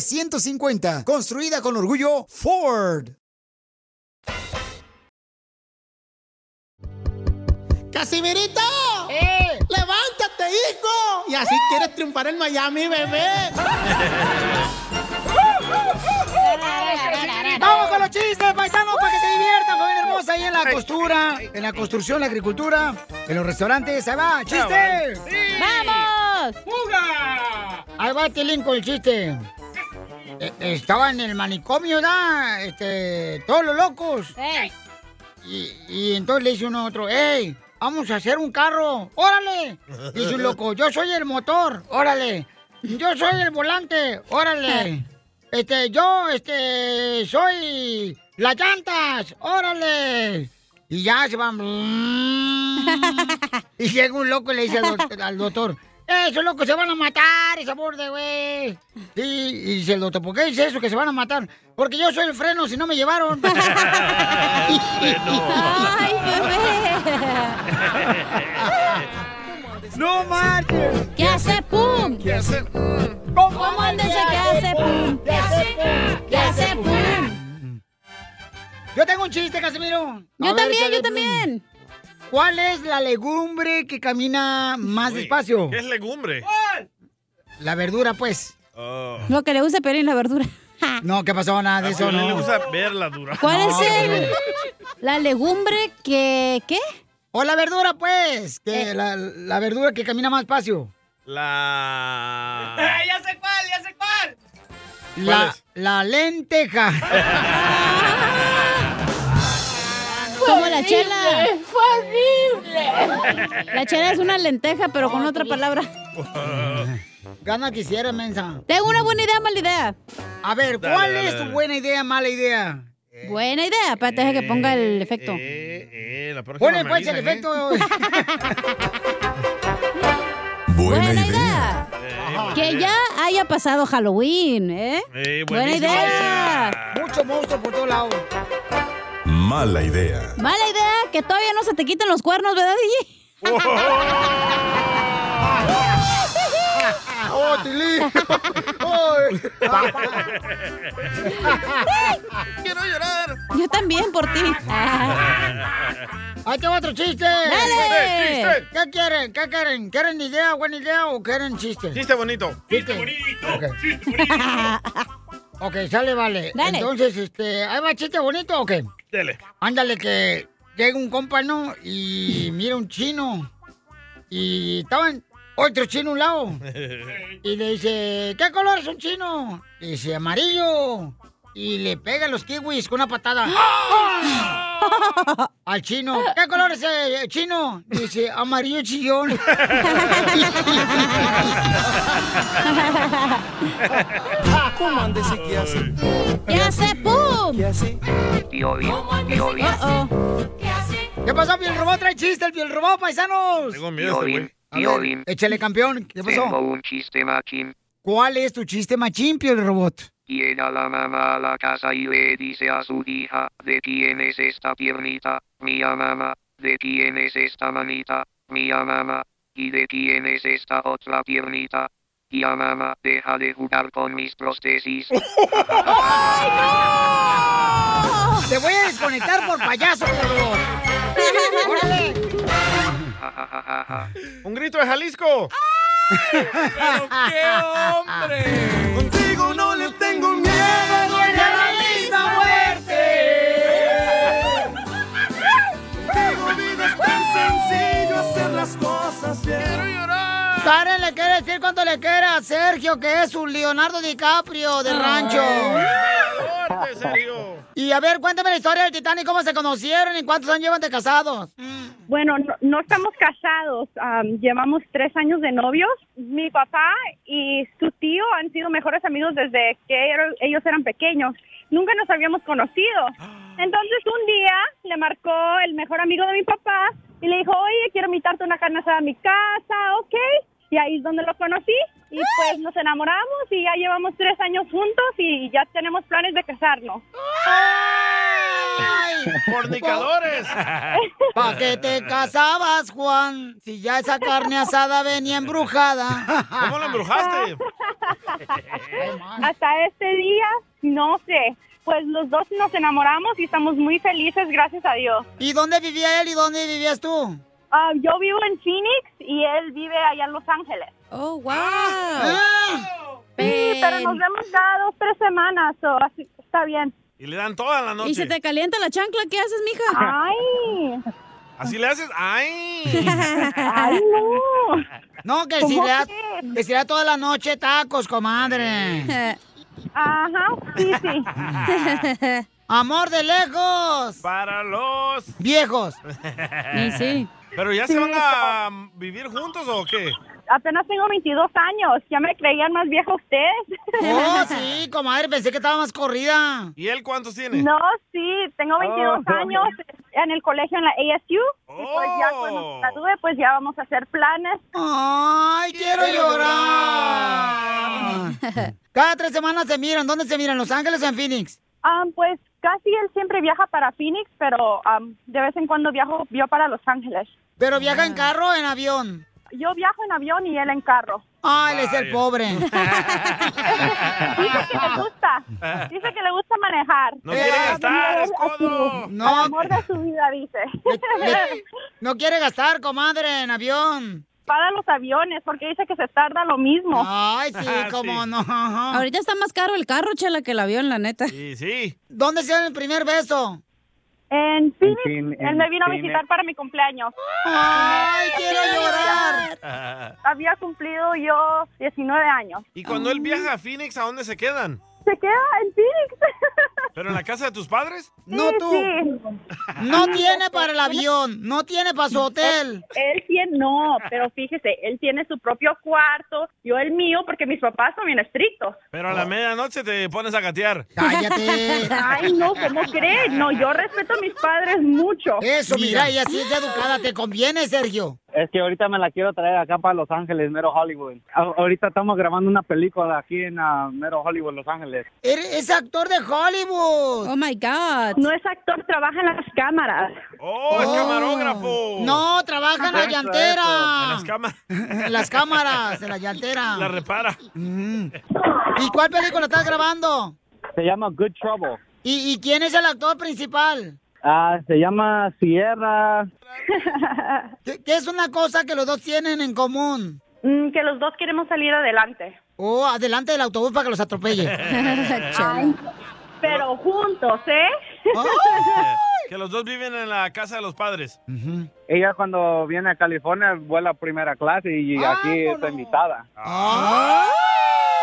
Speaker 25: construida con orgullo Ford.
Speaker 26: ¡Casimirito!
Speaker 4: Eh.
Speaker 26: ¡Levántate, hijo! Y así quieres triunfar en Miami, bebé.
Speaker 1: ¡Vamos con los chistes, paisanos, para que se diviertan, familia hermosa! Ahí en la costura, en la construcción, la agricultura, en los restaurantes. ¡Ahí va! ¡Chiste! ¡Vamos! ¡Fuga! Ahí va, Tilín, con el chiste. eh, estaba en el manicomio, ¿verdad? Este, todos los locos. Y, y entonces le dice uno a otro, ¡Ey! Vamos a hacer un carro. ¡Órale! Dice un loco, yo soy el motor, órale. Yo soy el volante, órale. Este, yo, este, soy las llantas, órale. Y ya se van. Y llega un loco y le dice al, doc- al doctor, esos locos se van a matar, esa borde, güey. Sí, y dice el doctor, ¿por qué dice eso que se van a matar? Porque yo soy el freno, si no me llevaron.
Speaker 2: Ay,
Speaker 1: ¡No marches!
Speaker 4: ¿Qué
Speaker 1: ¡Eh,
Speaker 4: hace pum?
Speaker 2: ¿Qué hace? ¡Eh,
Speaker 4: ¿Cómo andes de qué hace pum?
Speaker 2: ¿Qué hace? ¿Qué hace?
Speaker 1: Yo tengo un chiste, Casimiro.
Speaker 4: Yo también, yo
Speaker 1: también. ¿Cuál es la legumbre que camina más despacio?
Speaker 8: ¿Qué es legumbre?
Speaker 1: La verdura, pues.
Speaker 8: Oh.
Speaker 4: Lo que le gusta Pelín, la verdura.
Speaker 1: No, ¿qué pasó? Nada de
Speaker 8: Ah, A
Speaker 1: eso,
Speaker 8: Piolín le
Speaker 1: no.
Speaker 8: gusta verla dura.
Speaker 4: ¿Cuál
Speaker 1: No,
Speaker 4: es
Speaker 1: no,
Speaker 4: el,
Speaker 1: no.
Speaker 4: la legumbre que, qué? Eh.
Speaker 1: O la verdura, pues. Que la, la verdura que camina más despacio.
Speaker 8: La...
Speaker 2: ya sé cuál, ya sé cuál.
Speaker 1: La, la lenteja.
Speaker 4: Como la chela.
Speaker 2: ¡Fue horrible!
Speaker 4: La chela es una lenteja, pero con
Speaker 1: pues,
Speaker 4: otra palabra.
Speaker 1: Gana quisiera, mensa.
Speaker 4: Tengo una buena idea, mala idea.
Speaker 1: A ver,
Speaker 4: Dale,
Speaker 1: ¿cuál
Speaker 4: dale,
Speaker 1: es tu
Speaker 4: dale.
Speaker 1: buena idea, mala idea?
Speaker 4: Eh, Buena idea. Espérate, deja que ponga el efecto.
Speaker 8: Eh, la próxima
Speaker 1: Ponle
Speaker 8: me
Speaker 1: pues el
Speaker 8: avisan, ¿eh?
Speaker 1: efecto.
Speaker 4: Buena idea. Que ya haya pasado Halloween, ¿eh?
Speaker 8: Eh,
Speaker 4: Buena
Speaker 8: buenísima
Speaker 4: idea.
Speaker 1: Mucho monstruo por todos lados.
Speaker 6: Mala idea.
Speaker 4: Mala idea que todavía no se te quiten los cuernos, ¿verdad,
Speaker 1: ¡Oh, Tilly!
Speaker 2: Quiero llorar.
Speaker 4: Yo también por ti.
Speaker 1: Ahí tengo otro chiste.
Speaker 2: ¡Dale! ¡Chiste, chiste!
Speaker 1: ¿Qué quieren? ¿Qué quieren? ¿Quieren idea, buena idea o quieren chiste?
Speaker 8: Chiste bonito.
Speaker 1: Chiste bonito. Ok, sale, vale.
Speaker 2: Dale.
Speaker 1: Entonces, este, ¿ahí va chiste bonito o qué?
Speaker 8: Dele.
Speaker 1: Ándale que llega un compa, ¿no? Y mira un chino. Y estaban otro chino a un lado. Y le dice, ¿qué color es un chino? Y dice, amarillo. Y le pega los kiwis con una patada.
Speaker 8: ¡Ah!
Speaker 1: Al chino. ¿Qué color es el chino? Dice, amarillo chillón.
Speaker 2: ¿Cómo andes y qué hace?
Speaker 4: ¿Qué hace? ¡Pum!
Speaker 2: ¿Qué hace?
Speaker 8: Tío bien, tío
Speaker 1: Ah,
Speaker 8: bien.
Speaker 1: ¿Qué pasó, Piel Robot? Trae chiste, el Piel Robot, paisanos.
Speaker 8: Tengo miedo este güey.
Speaker 1: A ver, Échale, campeón. ¿Qué pasó?
Speaker 10: Tengo un chiste machín.
Speaker 1: ¿Cuál es tu chiste machín, Piel Robot?
Speaker 10: Llega la mamá a la casa y le dice a su hija, ¿de quién es esta piernita? Mía mamá. ¿De quién es esta manita? Mía mamá. ¿Y de quién es esta otra piernita? Tía mamá, deja de jugar con mis prótesis.
Speaker 1: Te voy a desconectar por payaso, Piel Robot. Órale.
Speaker 8: Un grito de Jalisco.
Speaker 2: ¡Pero qué hombre! Contigo no le tengo miedo, duele la misma muerte. Tengo vida es tan sencillo hacer las cosas bien. Quiero llorar.
Speaker 1: Karen le quiere decir cuánto le quiere a Sergio, que es un Leonardo DiCaprio de rancho. Y a ver, cuéntame la historia del Titanic, cómo se conocieron y cuántos años llevan de casados.
Speaker 12: Mm. Bueno, no, no estamos casados, am, llevamos tres años de novios. Mi papá y su tío han sido mejores amigos desde que er- ellos eran pequeños. Nunca nos habíamos conocido. Entonces un día le marcó el mejor amigo de mi papá y le dijo, oye, quiero invitarte a una carne asada a mi casa, ok. Y ahí es donde lo conocí y pues nos enamoramos y ya llevamos tres años juntos y ya tenemos planes de casarnos.
Speaker 8: Fornicadores.
Speaker 1: ¿Para qué te casabas, Juan? Si ya esa carne asada venía embrujada.
Speaker 8: ¿Cómo la embrujaste?
Speaker 12: Hasta este día, no sé. Pues los dos nos enamoramos y estamos muy felices, gracias a Dios. Ah,
Speaker 1: ¿Y dónde vivía él y dónde vivías tú?
Speaker 12: yo vivo en Phoenix y él vive allá en Los Ángeles.
Speaker 4: Oh, wow.
Speaker 1: Ah.
Speaker 4: Ah.
Speaker 12: Sí, pero nos vemos cada dos, tres semanas, so, así está bien.
Speaker 8: Y le dan toda la noche.
Speaker 4: ¿Y se te calienta la chancla? ¿Qué haces, mija?
Speaker 12: ¡Ay!
Speaker 8: Así le haces. ¡Ay!
Speaker 12: ¡Ay, no!
Speaker 1: No, que si
Speaker 8: ¿Cómo
Speaker 1: le das, que si le das toda la noche tacos, comadre.
Speaker 12: Ajá, sí, sí.
Speaker 1: Amor de lejos.
Speaker 8: Para los
Speaker 1: viejos.
Speaker 8: Y sí. ¿Pero ya se
Speaker 12: Sí,
Speaker 8: van a um, vivir juntos o qué?
Speaker 12: Apenas tengo 22 años. Ya me creían más vieja usted.
Speaker 1: Oh, sí, comadre, pensé que estaba más corrida.
Speaker 8: ¿Y él cuántos tiene?
Speaker 12: No, sí, tengo 22
Speaker 8: Oh.
Speaker 12: años en el colegio en la ASU. Y pues ya cuando me gradúe, pues ya vamos a hacer planes.
Speaker 1: ¡Ay, quiero llorar! Cada tres semanas se miran. ¿Dónde se miran? ¿Los Ángeles o en Phoenix?
Speaker 12: Ah, pues casi él siempre viaja para Phoenix, pero am, de vez en cuando viajo yo para Los Ángeles.
Speaker 1: ¿Pero viaja en carro o en avión?
Speaker 12: Yo viajo en avión y él en carro.
Speaker 1: Ah, él es el pobre.
Speaker 12: Dice que le gusta. Dice que le gusta manejar.
Speaker 1: No quiere gastar,
Speaker 12: es todo.
Speaker 1: No.
Speaker 12: Al amor de su vida, dice.
Speaker 1: le- no quiere gastar, comadre, en avión.
Speaker 12: Para los aviones, porque dice que se tarda lo mismo.
Speaker 1: Ay, sí,
Speaker 8: Ah,
Speaker 1: cómo no.
Speaker 4: Ahorita está más caro el carro, chela, que el avión, la neta.
Speaker 8: Sí, sí.
Speaker 1: ¿Dónde se dan el primer beso?
Speaker 12: En
Speaker 4: Phoenix.
Speaker 12: Él me vino a visitar para mi cumpleaños.
Speaker 1: ¡Ay, quiero
Speaker 12: llorar! Había cumplido yo 19 años.
Speaker 8: ¿Y cuando él viaja a Phoenix, a dónde se quedan?
Speaker 12: Se queda en Phoenix.
Speaker 8: ¿Pero en la casa de tus padres?
Speaker 1: No tú. No tiene para el avión, no tiene para su hotel.
Speaker 12: Él tiene, no, pero fíjese, él tiene su propio cuarto, yo el mío, porque mis papás son bien estrictos.
Speaker 8: Pero a la medianoche te pones a gatear.
Speaker 12: Ay, no, ¿cómo cree? No, yo respeto a mis padres mucho.
Speaker 1: Eso, mira, ella sí es educada, te conviene, Sergio.
Speaker 23: Es que ahorita me la quiero traer acá para Los Ángeles, mero Hollywood. A- ahorita estamos grabando una película aquí en ah, mero Hollywood, Los Ángeles.
Speaker 1: Eres- Es actor de Hollywood. Oh
Speaker 4: my God.
Speaker 12: No es actor, trabaja en las cámaras.
Speaker 8: ¡Oh, es camarógrafo!
Speaker 1: No, trabaja en la
Speaker 8: Eso, eso. En
Speaker 1: llantera.
Speaker 8: las cámaras.
Speaker 1: En las cámaras, en la llantera.
Speaker 8: La repara.
Speaker 1: Mm. ¿Y cuál película estás grabando?
Speaker 23: Se llama Good Trouble.
Speaker 1: ¿Y, y quién es el actor principal?
Speaker 23: Ah, se llama Sierra.
Speaker 1: ¿Qué, qué es una cosa que los dos tienen en común?
Speaker 12: Mm, que los dos queremos salir adelante.
Speaker 1: Oh, adelante del autobús para que los atropelle.
Speaker 12: Ay, pero juntos, ¿eh?
Speaker 8: Que los dos viven en la casa de los padres.
Speaker 23: Ella cuando viene a California vuela a primera clase y aquí está invitada.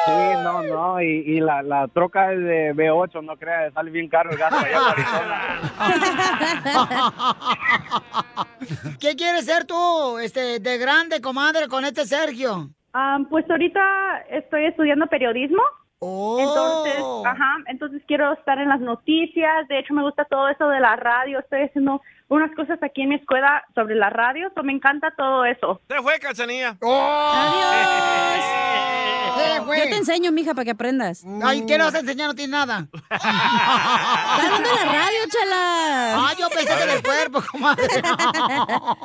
Speaker 23: Sí, no, no, y, y la, la troca es de B8, no creas, sale bien caro el gasto allá por Arizona.
Speaker 1: ¿Qué quieres ser tú, este, de grande, comadre, con este Sergio?
Speaker 12: Ah, pues ahorita estoy estudiando periodismo. Entonces,
Speaker 1: Oh.
Speaker 12: ajá, entonces quiero estar en las noticias. De hecho, me gusta todo eso de la radio. Estoy haciendo unas cosas aquí en mi escuela sobre la radio. So, me encanta todo eso.
Speaker 8: Se fue, cachanilla.
Speaker 4: ¡Adiós! Yo te enseño, mija, para que aprendas.
Speaker 1: Ay, ¿qué le vas a enseñar? No tiene nada.
Speaker 4: hablando de la radio, chela.
Speaker 1: Ah, yo pensé que del cuerpo, comadre.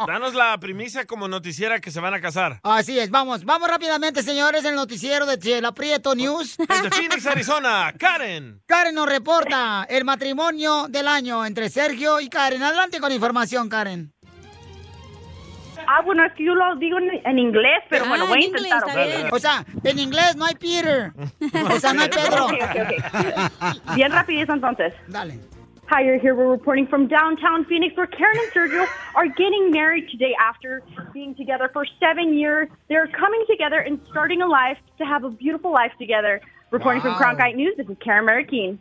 Speaker 8: Danos la primicia como noticiera que se van a casar.
Speaker 1: Así es, vamos, vamos rápidamente, señores, el noticiero de Chela Prieto News.
Speaker 8: Desde Phoenix, Arizona, Karen.
Speaker 1: Karen nos reporta el matrimonio del año entre Sergio y Karen. Adelante con la información, Karen.
Speaker 12: Ah, bueno, es que yo lo digo en, en inglés, pero
Speaker 1: Ah,
Speaker 12: bueno, voy a intentar. ¿ok?
Speaker 1: O sea, en inglés no hay Peter. O sea, no hay Pedro.
Speaker 12: Ok, ok, ok. Bien rapidito entonces.
Speaker 1: Dale.
Speaker 12: Hi, you're here. We're reporting from downtown Phoenix, where Karen and Sergio are getting married today after being together for seven years. They're coming together and starting a life to have a beautiful life together. Reporting from
Speaker 11: Wow.
Speaker 12: Cronkite News, this is Karen Marikine.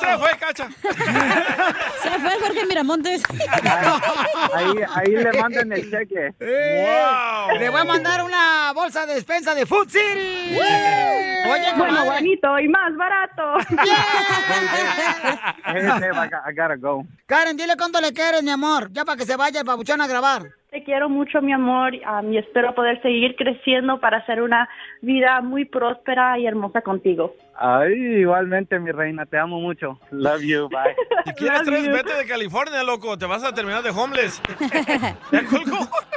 Speaker 8: Se fue, cacha.
Speaker 4: Se fue Jorge Miramontes.
Speaker 23: Ahí, ahí le mandan el cheque.
Speaker 1: Eh, ¡Wow! Le voy a mandar una bolsa de despensa de Food City. Oye,
Speaker 12: bueno,
Speaker 1: comadre.
Speaker 12: bonito y más barato.
Speaker 23: Hey, babe, I, got- I gotta go.
Speaker 1: Karen, dile cuánto le quieres, mi amor. Ya para que se vaya el babuchón a grabar.
Speaker 12: Te quiero mucho, mi amor, um, y espero poder seguir creciendo para hacer una vida muy próspera y hermosa contigo.
Speaker 23: Ay, igualmente, mi reina, te amo mucho. Love you, bye.
Speaker 8: Si quieres tres, vete de California, loco. Te vas a terminar de homeless.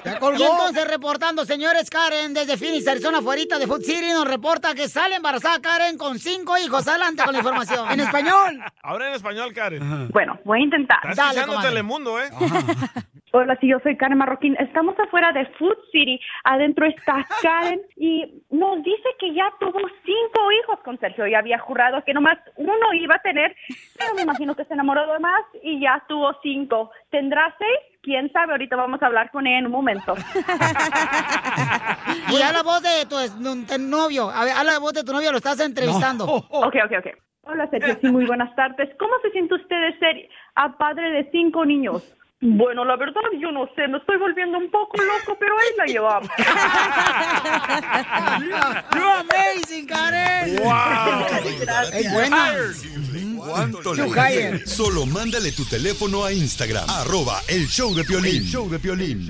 Speaker 1: Y entonces reportando, señores, Karen, desde Phoenix, Arizona, fuerita de Food City, nos reporta que sale embarazada Karen con cinco hijos. Adelante con la información. En español.
Speaker 8: Ahora en español, Karen.
Speaker 12: Bueno, voy a intentar.
Speaker 8: Estás
Speaker 12: Dale,
Speaker 8: escuchando
Speaker 12: comadre.
Speaker 8: Telemundo, ¿eh?
Speaker 12: Hola, sí, yo soy Karen Marroquín. Estamos afuera de Food City. Adentro está Karen y nos dice que ya tuvo cinco hijos con Sergio. Ya había jurado que nomás uno iba a tener, pero me imagino que se enamoró de más y ya tuvo cinco. ¿Tendrá seis? ¿Quién sabe? Ahorita vamos a hablar con él en un momento.
Speaker 1: Y Y a la voz de tu, ex- no- de novio. A ver, a la voz de tu novio, lo estás entrevistando.
Speaker 12: Ok, ok, ok. Hola, Sergio. Sí, muy buenas tardes. ¿Cómo se siente usted de ser a padre de cinco niños? Bueno, la verdad, yo no sé. Me estoy volviendo un poco loco, pero ahí la llevamos.
Speaker 1: You're amazing, Karen.
Speaker 6: Es
Speaker 1: buena.
Speaker 6: ¿Cuánto
Speaker 1: You
Speaker 6: le
Speaker 1: hire.
Speaker 6: dicen? Solo mándale tu teléfono a Instagram, arroba el show de Piolín. show de Piolín.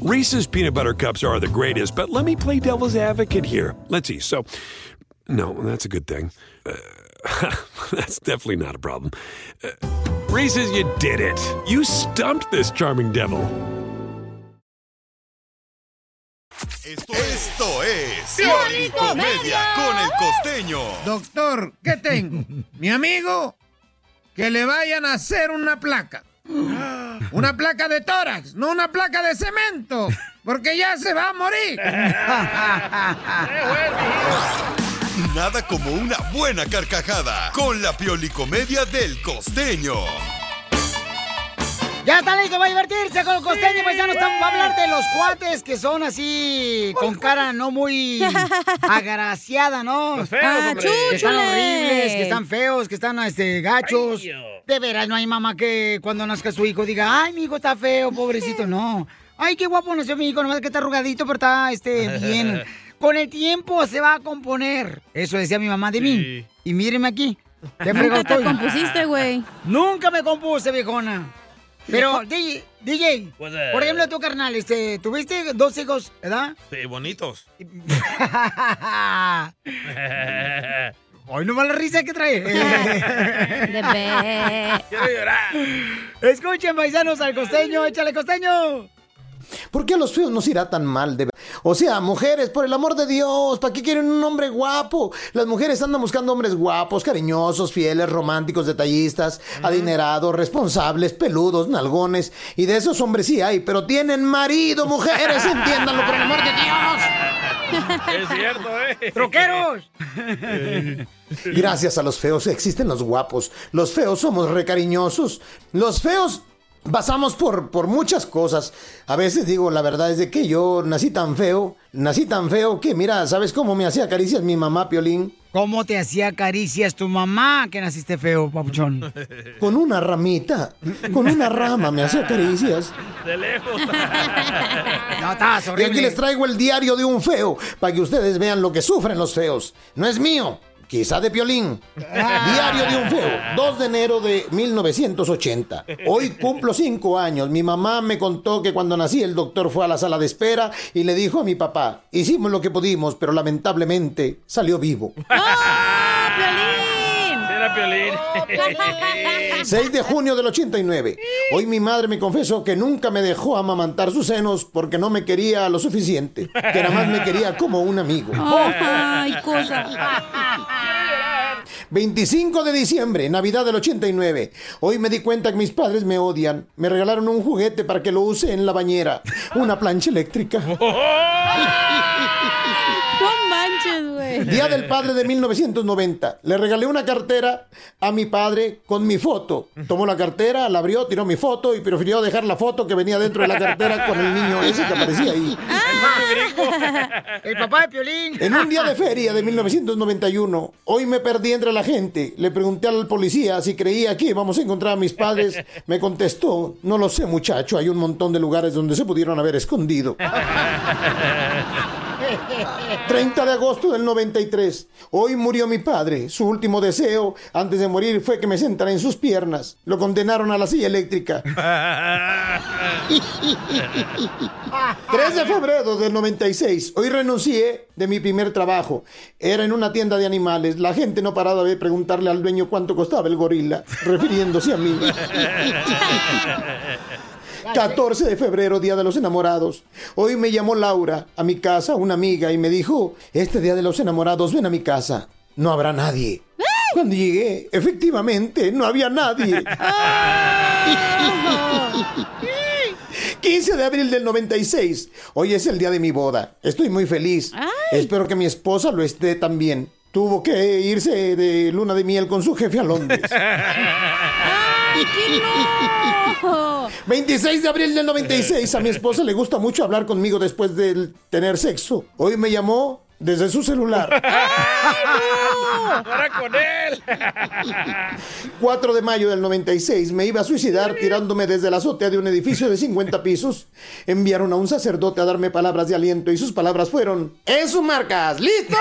Speaker 27: Reese's peanut butter cups are the greatest, but let me play devil's advocate here. Let's see. So, no, that's a good thing. Uh, that's definitely not a problem. Uh, Reese's, you did it. You stumped this charming devil.
Speaker 6: Esto es
Speaker 2: Piolín
Speaker 6: Comedia
Speaker 2: Comedia.
Speaker 6: con el costeño.
Speaker 5: Doctor, ¿qué tengo? Mi amigo, que le vayan a hacer una placa. Una placa de tórax, no una placa de cemento, porque ya se va a morir.
Speaker 6: Nada como una buena carcajada con la piolicomedia del costeño.
Speaker 1: Ya está listo, va a divertirse con el costeño, paisanos. Estamos para hablar de los cuates que son así, con cara no muy agraciada, ¿no?
Speaker 2: Los feos, Ah, hombre.
Speaker 1: que están
Speaker 2: chúchule.
Speaker 1: horribles, que están feos, que están este, gachos.
Speaker 2: Ay, yo.
Speaker 1: de veras, no hay mamá que cuando nazca su hijo diga, ay, mi hijo está feo, pobrecito, no. Ay, qué guapo nació mi hijo, nomás que está arrugadito, pero está este, bien. Con el tiempo se va a componer. Eso decía mi mamá de mí. Y míreme aquí. ¿Qué
Speaker 4: Nunca
Speaker 1: fregado
Speaker 4: te
Speaker 1: estoy.
Speaker 4: compusiste,
Speaker 1: güey. Nunca me compuse, viejona. Pero, DJ, DJ,
Speaker 8: What's up?
Speaker 1: por ejemplo, tú, carnal, este, tuviste dos hijos, ¿verdad?
Speaker 8: Sí, bonitos.
Speaker 1: Hoy no va la risa que trae.
Speaker 2: Quiero
Speaker 8: llorar.
Speaker 1: Escuchen, paisanos, al costeño, échale costeño.
Speaker 28: ¿Por qué a los feos nos irá tan mal? De... ver- O sea, mujeres, por el amor de Dios, ¿para qué quieren un hombre guapo? Las mujeres andan buscando hombres guapos, cariñosos, fieles, románticos, detallistas, adinerados, responsables, peludos, nalgones. Y de esos hombres sí hay, pero tienen marido, mujeres, entiéndanlo, por el amor de Dios.
Speaker 8: Es cierto, ¿eh?
Speaker 1: ¡Troqueros!
Speaker 28: Eh. Gracias a los feos existen los guapos. Los feos somos recariñosos. Los feos pasamos por, por muchas cosas. A veces digo, la verdad es de que yo nací tan feo. Nací tan feo que, mira, ¿sabes cómo me hacía caricias mi mamá, Piolín?
Speaker 1: ¿Cómo te hacía caricias tu mamá que naciste feo, papuchón?
Speaker 28: Con una ramita, con una rama me hacía caricias.
Speaker 8: De lejos.
Speaker 1: No,
Speaker 2: Ah,
Speaker 1: estás
Speaker 28: Y aquí les traigo el diario de un feo, para que ustedes vean lo que sufren los feos. No es mío, quizá de Piolín. Diario de un feo, 2 de enero de 1980. Hoy cumplo 5 años. Mi mamá me contó que cuando nací el doctor fue a la sala de espera y le dijo a mi papá, hicimos lo que pudimos, pero lamentablemente salió vivo. Ah,
Speaker 8: Era Piolín.
Speaker 28: 6 de junio del 89. Hoy mi madre me confesó que nunca me dejó amamantar sus senos porque no me quería lo suficiente, que nada más me quería como un amigo.
Speaker 2: Ay, cosa.
Speaker 28: 25 de diciembre, Navidad del 89. Hoy me di cuenta que mis padres me odian. Me regalaron un juguete para que lo use en la bañera. Una plancha eléctrica.
Speaker 4: No manches, güey.
Speaker 28: Día del Padre de 1990. Le regalé una cartera a mi padre con mi foto. Tomó la cartera, la abrió, tiró mi foto y prefirió dejar la foto que venía dentro de la cartera con el niño ese que aparecía ahí.
Speaker 1: El papá de Piolín.
Speaker 28: En un día de feria de 1991, hoy me perdí entre la gente. Le pregunté al policía si creía que íbamos a encontrar a mis padres. Me contestó, no lo sé muchacho, hay un montón de lugares donde se pudieron haber escondido. 30 de agosto del 93. Hoy murió mi padre. Su último deseo antes de morir fue que me sentara en sus piernas. Lo condenaron a la silla eléctrica. 3 de febrero del 96. Hoy renuncié de mi primer trabajo. Era en una tienda de animales. La gente no paraba de preguntarle al dueño cuánto costaba el gorila, refiriéndose a mí. 14 de febrero, Día de los Enamorados. Hoy me llamó Laura a mi casa, una amiga, y me dijo, este Día de los Enamorados, ven a mi casa. No habrá nadie. Cuando llegué, efectivamente, no había nadie. 15 de abril del 96. Hoy es el día de mi boda. Estoy muy feliz. Espero que mi esposa lo esté también. Tuvo que irse de luna de miel con su jefe a Londres. 26 de abril del 96. A mi esposa le gusta mucho hablar conmigo después de tener sexo. Hoy me llamó desde su celular.
Speaker 2: ¡Ahora con él!
Speaker 28: 4 de mayo del 96 me iba a suicidar tirándome desde la azotea de un edificio de 50 pisos. Enviaron a un sacerdote a darme palabras de aliento y sus palabras fueron ¡En sus marcas! ¡Listos!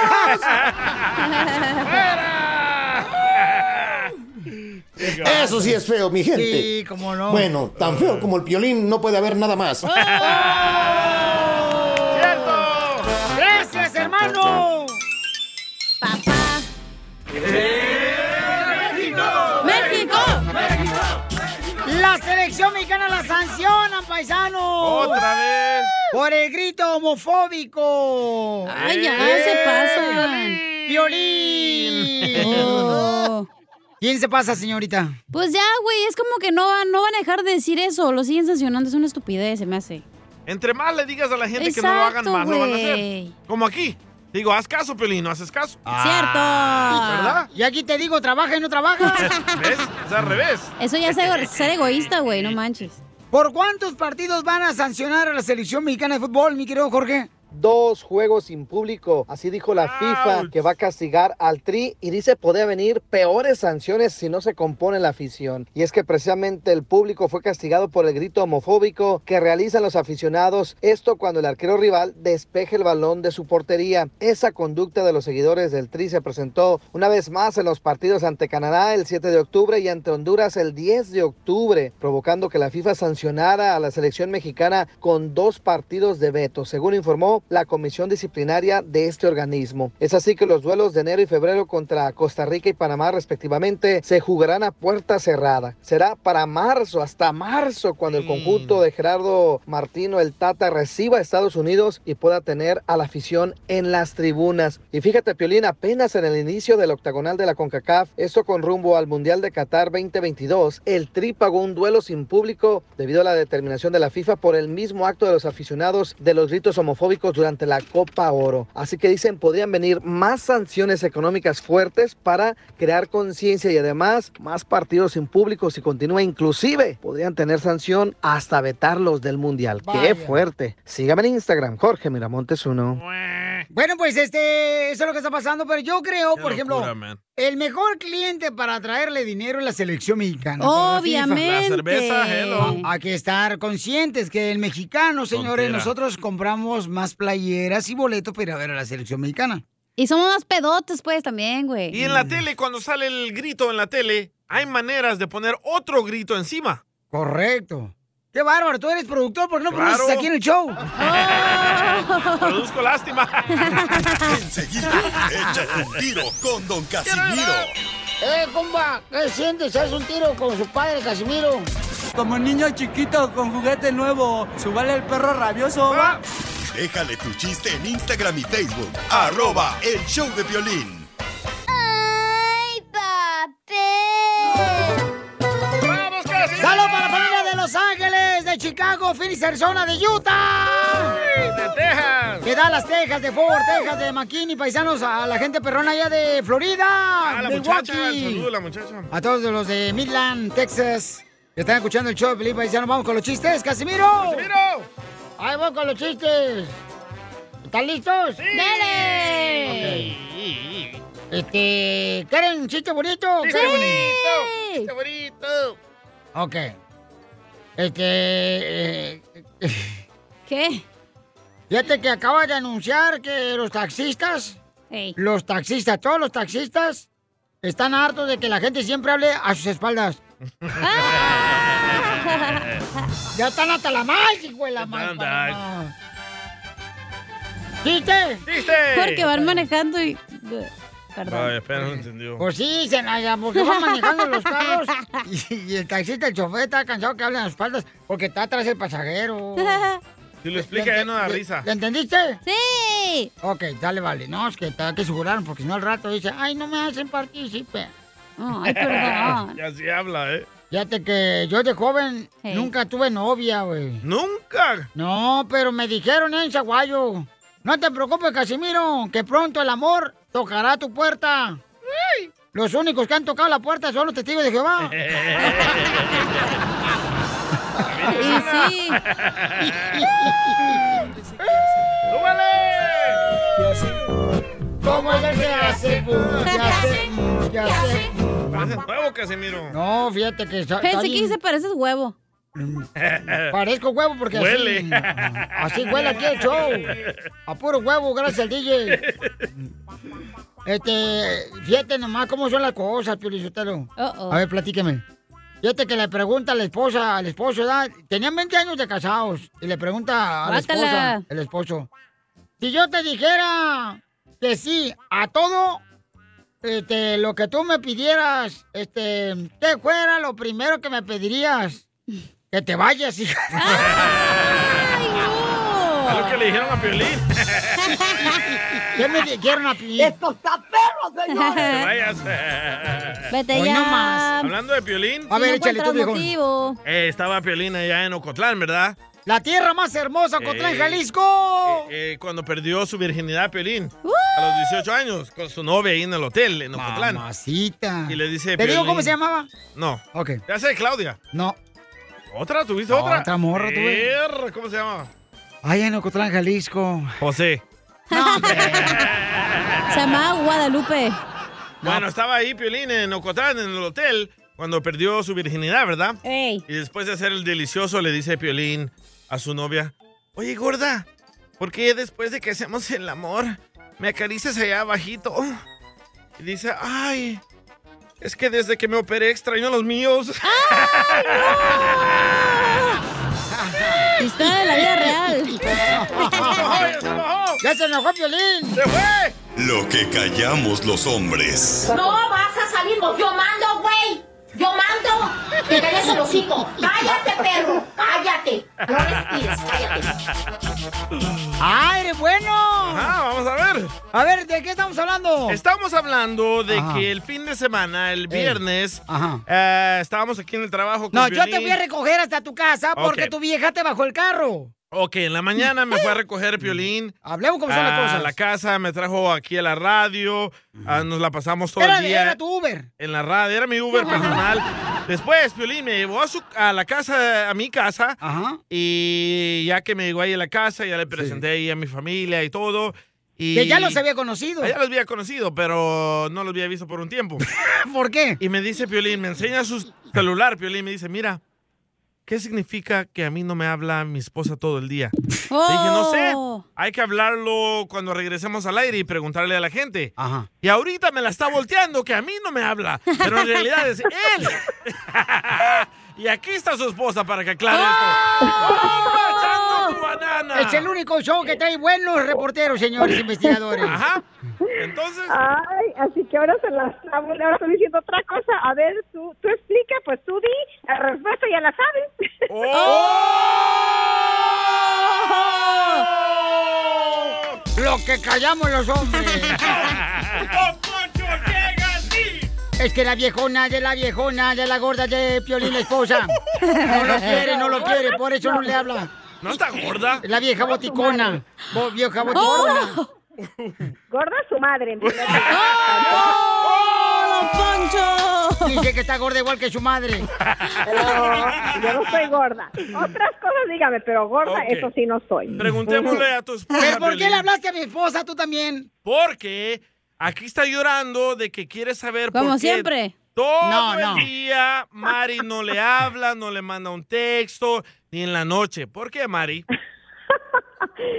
Speaker 28: Eso sí es feo, mi gente.
Speaker 1: Sí, cómo no. ¡Oh!
Speaker 28: Bueno, tan feo como el piolín no puede haber nada más.
Speaker 1: ¡Gracias, hermano!
Speaker 2: ¡México!
Speaker 1: La selección mexicana la sancionan, paisanos.
Speaker 2: ¡Otra vez!
Speaker 1: Por el grito homofóbico. Eh,
Speaker 2: Ay, ya, se pasan.
Speaker 1: Violín. ¿Quién se pasa, señorita?
Speaker 4: Pues ya, güey, es como que no, van- no van a dejar de decir eso. Lo siguen sancionando, es una estupidez, se me hace.
Speaker 8: Entre más le digas a la gente que no lo hagan
Speaker 4: Exacto,
Speaker 8: más, lo van a hacer.
Speaker 4: güey.
Speaker 8: Como aquí. Digo, haz caso, Piolín, no haces caso.
Speaker 1: ¿Verdad? Y aquí te digo, trabaja y no trabaja.
Speaker 8: ¿Ves? Es al revés.
Speaker 4: Eso ya es ego- ser egoísta, güey, no manches.
Speaker 1: ¿Por cuántos partidos van a sancionar a la selección mexicana de fútbol, mi querido Jorge?
Speaker 7: Dos juegos sin público, así dijo la FIFA que va a castigar al Tri y dice poder venir peores sanciones si no se compone la afición. Y es que precisamente el público fue castigado por el grito homofóbico que realizan los aficionados, esto cuando el arquero rival despeje el balón de su portería. Esa conducta de los seguidores del Tri se presentó una vez más en los partidos ante Canadá el 7 de octubre y ante Honduras el 10 de octubre, provocando que la FIFA sancionara a la selección mexicana con dos partidos de veto, según informó la comisión disciplinaria de este organismo. Es así que los duelos de enero y febrero contra Costa Rica y Panamá respectivamente se jugarán a puerta cerrada. Será para marzo, hasta marzo, cuando el conjunto de Gerardo Martino, el Tata, reciba a Estados Unidos y pueda tener a la afición en las tribunas. Y fíjate, Piolín, apenas en el inicio del octagonal de la CONCACAF, esto con rumbo al Mundial de Qatar 2022, el Tri pagó un duelo sin público debido a la determinación de la FIFA por el mismo acto de los aficionados de los gritos homofóbicos durante la Copa Oro. Así que dicen podrían venir más sanciones económicas fuertes para crear conciencia y además más partidos sin público si continúa inclusive podrían tener sanción hasta vetarlos del Mundial. ¡Qué
Speaker 1: Vaya.
Speaker 7: fuerte! Sígame en Instagram, Jorge Miramontes 1.
Speaker 1: Bueno, pues este, eso es lo que está pasando, pero yo creo, por ejemplo,
Speaker 7: locura, man.
Speaker 1: el mejor cliente para traerle dinero es la selección mexicana.
Speaker 4: Obviamente. La cerveza, hello.
Speaker 1: Ah, Hay que estar conscientes que el mexicano, señores,
Speaker 4: Tontera.
Speaker 1: nosotros compramos más playeras y boletos para ir a ver a la selección mexicana.
Speaker 4: Y somos más pedotes, pues, también, güey.
Speaker 8: Y en la tele, cuando sale el grito en la tele, hay maneras de poner otro grito encima.
Speaker 1: Correcto. Qué bárbaro, tú eres productor, ¿por qué no
Speaker 8: Claro.
Speaker 1: produces aquí en el show?
Speaker 8: Produzco lástima.
Speaker 6: Enseguida, échate un tiro con Don Casimiro.
Speaker 1: ¡Eh, comba! ¿Qué sientes? ¿Haz un tiro con su padre, Casimiro?
Speaker 9: Como niño chiquito con juguete nuevo, subale el perro rabioso. va.
Speaker 6: Déjale tu chiste en Instagram y Facebook. Arroba el show de violín.
Speaker 2: ¡Ay, papel! ¡Vamos, Casimiro!
Speaker 1: ¡Saludos para la familia de Los Ángeles, de Chicago, Phoenix, Arizona, de Utah! ¡De Texas! De Dallas, Texas, de Fort Worth, Texas, de McKinney, paisanos, a la gente perrona allá de Florida,
Speaker 8: A la
Speaker 1: Milwaukee.
Speaker 8: muchacha, el saludo a la muchacha.
Speaker 1: A todos los de Midland, Texas, que están escuchando el show de Felipe Paisano. Vamos con los chistes, Casimiro. ¡Casimiro! Ahí vamos con los chistes. ¿Están listos? ¡Sí! ¡Dale! Este, ¿quieren un chiste bonito?
Speaker 2: ¡Chiste
Speaker 1: ¿Quieren?
Speaker 2: bonito!
Speaker 8: Este
Speaker 2: ¡Chiste bonito!
Speaker 1: Ok. Este. eh,
Speaker 4: ¿Qué?
Speaker 1: Fíjate que acaba de anunciar que los taxistas. Los taxistas, todos los taxistas. Están hartos de que la gente siempre hable a sus espaldas. Ya están hasta la mal, hijo de la mal. ¿Viste?
Speaker 4: Porque van manejando y... perdón.
Speaker 8: Vaya, apenas lo entendió.
Speaker 1: Pues sí, Zenaya, porque van manejando los carros y, y el taxista, el chofer, está cansado que hablen las espaldas porque está atrás el pasajero.
Speaker 8: Si lo explica, ya no da
Speaker 1: ¿Le-
Speaker 8: risa.
Speaker 1: ¿Le entendiste? Sí. Ok, dale, vale. No, es que te hay que figuraron porque si no al rato dice, ay, no me hacen partícipe.
Speaker 8: Ay, perdón. Y así habla, ¿eh?
Speaker 1: Fíjate que yo de joven nunca tuve novia, güey.
Speaker 8: ¿Nunca?
Speaker 1: No, pero me dijeron en Chaguayo. No te preocupes, Casimiro, que pronto el amor tocará tu puerta. Los únicos que han tocado la puerta son los testigos de Jehová.
Speaker 2: Y sí.
Speaker 8: Eh.
Speaker 1: ¿Cómo es que hace? Ya sé, ya sé.
Speaker 8: Parece nuevo, Casimiro.
Speaker 1: No, fíjate que está.
Speaker 4: Pensé que se pareces huevo.
Speaker 1: Parezco huevo porque
Speaker 4: Huele.
Speaker 1: así. Así huele aquí el show. A puro huevo, gracias al DJ. Este, fíjate nomás cómo son las cosas, Piolizotelo.
Speaker 4: Uh-oh.
Speaker 1: A ver, platíqueme. Fíjate que le pregunta a la esposa, al esposo, ¿verdad? Tenían 20 años de casados. Y le pregunta a la
Speaker 4: Guácala.
Speaker 1: esposa, el esposo. Si yo te dijera que sí a todo este, lo que tú me pidieras, este, ¿qué fuera lo primero que me pedirías? Que te vayas, hija.
Speaker 8: Es lo que le dijeron a Piolín.
Speaker 1: ¿Qué me dijeron a Piolín? ¡Esto está perro,
Speaker 8: Que vayas.
Speaker 4: Vete Hoy ya. nomás.
Speaker 8: Hablando de Piolín.
Speaker 4: Si no encuentras motivo.
Speaker 8: Eh, estaba Piolín allá en Ocotlán, ¿verdad?
Speaker 1: La tierra más hermosa, Ocotlán,
Speaker 8: Eh,
Speaker 1: Jalisco.
Speaker 8: eh, eh, cuando perdió su virginidad Piolín a los 18 años con su novia ahí en el hotel en Ocotlán.
Speaker 1: Mamacita.
Speaker 8: Y le dice
Speaker 1: ¿Te digo
Speaker 8: Piolín-
Speaker 1: cómo se llamaba?
Speaker 8: eh, No.
Speaker 1: Ok.
Speaker 8: Ya sé, Claudia.
Speaker 1: No.
Speaker 8: ¿Otra? ¿Tuviste
Speaker 1: No,
Speaker 8: otra? Eh.
Speaker 1: otra morra tuve.
Speaker 8: Erra, ¿Cómo se llamaba?
Speaker 1: Ay, en Ocotlán, Jalisco.
Speaker 8: José.
Speaker 4: Se llama Guadalupe.
Speaker 8: Bueno, estaba ahí Piolín en Ocotlán, en el hotel, cuando perdió su virginidad, ¿verdad? Y después de hacer el delicioso, le dice Piolín a su novia, oye, gorda, ¿por qué después de que hacemos el amor, me acaricias allá abajito? Y dice, ay, es que desde que me operé extraño a los míos.
Speaker 4: Historia de la vida real.
Speaker 1: ¡Ya se enojó Piolín!
Speaker 8: ¡Se fue!
Speaker 6: Lo que callamos los hombres.
Speaker 20: No vas a salir, vos. yo mando, güey. Yo mando. Te calles el hocico. Cállate, perro. Cállate. No respires, cállate.
Speaker 1: ¡Ay, eres bueno!
Speaker 8: Ah, vamos a ver.
Speaker 1: A ver, ¿de qué estamos hablando?
Speaker 8: Estamos hablando de
Speaker 1: Ajá.
Speaker 8: que el fin de semana, el viernes,
Speaker 1: Ajá.
Speaker 8: eh, estábamos aquí en el trabajo con
Speaker 1: No, yo te
Speaker 8: Piolín.
Speaker 1: voy a recoger hasta tu casa porque
Speaker 8: Ok.
Speaker 1: tu vieja te bajó el carro.
Speaker 8: Ok, en la mañana me fue a recoger Piolín.
Speaker 1: Hablemos cómo son las
Speaker 8: A
Speaker 1: cosas.
Speaker 8: la casa, me trajo aquí a la radio, ah, nos la pasamos todo
Speaker 1: Era,
Speaker 8: el día.
Speaker 1: era tu Uber.
Speaker 8: En la radio, era mi Uber personal. Después, Piolín me llevó a, su, a la casa, a mi casa. Y ya que me llegó ahí a la casa, ya le presenté ahí a mi familia y todo. Y
Speaker 1: Que ya los había conocido.
Speaker 8: Ah, Ya los había conocido, pero no los había visto por un tiempo.
Speaker 1: ¿Por qué?
Speaker 8: Y me dice Piolín, me enseña su celular, Piolín, me dice, mira, ¿qué significa que a mí no me habla mi esposa todo el día? Le dije, no
Speaker 2: Oh.
Speaker 8: sé, hay que hablarlo cuando regresemos al aire y preguntarle a la gente.
Speaker 1: Ajá.
Speaker 8: Y ahorita me la está volteando, que a mí no me habla, pero en realidad es él. y aquí está su esposa para que aclare esto.
Speaker 1: ¡Ah!
Speaker 8: ¡Oh, tu banana!
Speaker 1: Es el único show que trae buenos reporteros, señores investigadores.
Speaker 8: Ajá. Entonces.
Speaker 20: Ay, así que ahora se las ahora estoy diciendo otra cosa. A ver, tú, tú explica, pues tú di la respuesta, ya la sabes.
Speaker 8: ¡Oh!
Speaker 1: Lo que callamos los hombres. Es que la viejona de la viejona de la gorda de Piolín, la esposa. No lo quiere, no lo quiere, por eso no le habla.
Speaker 8: ¿No está gorda?
Speaker 1: La vieja boticona. Bo- vieja boticona.
Speaker 13: ¡Oh!
Speaker 20: Gorda su madre. en primer
Speaker 1: ¡Oh, Poncho! Dice que está gorda igual que su madre.
Speaker 20: Pero yo no soy gorda. Otras cosas dígame, pero gorda,
Speaker 8: Ok.
Speaker 20: eso sí no soy.
Speaker 8: Preguntémosle a tu esposa.
Speaker 1: ¿Pero Pues, por qué
Speaker 8: Piolín.
Speaker 1: le hablaste a mi esposa tú también?
Speaker 8: Porque aquí está llorando de que quiere saber
Speaker 1: Como
Speaker 8: por qué
Speaker 1: siempre.
Speaker 8: Todo
Speaker 1: No,
Speaker 8: el
Speaker 1: no.
Speaker 8: día Mari no le habla, no le manda un texto, ni en la noche. ¿Por qué, Mari?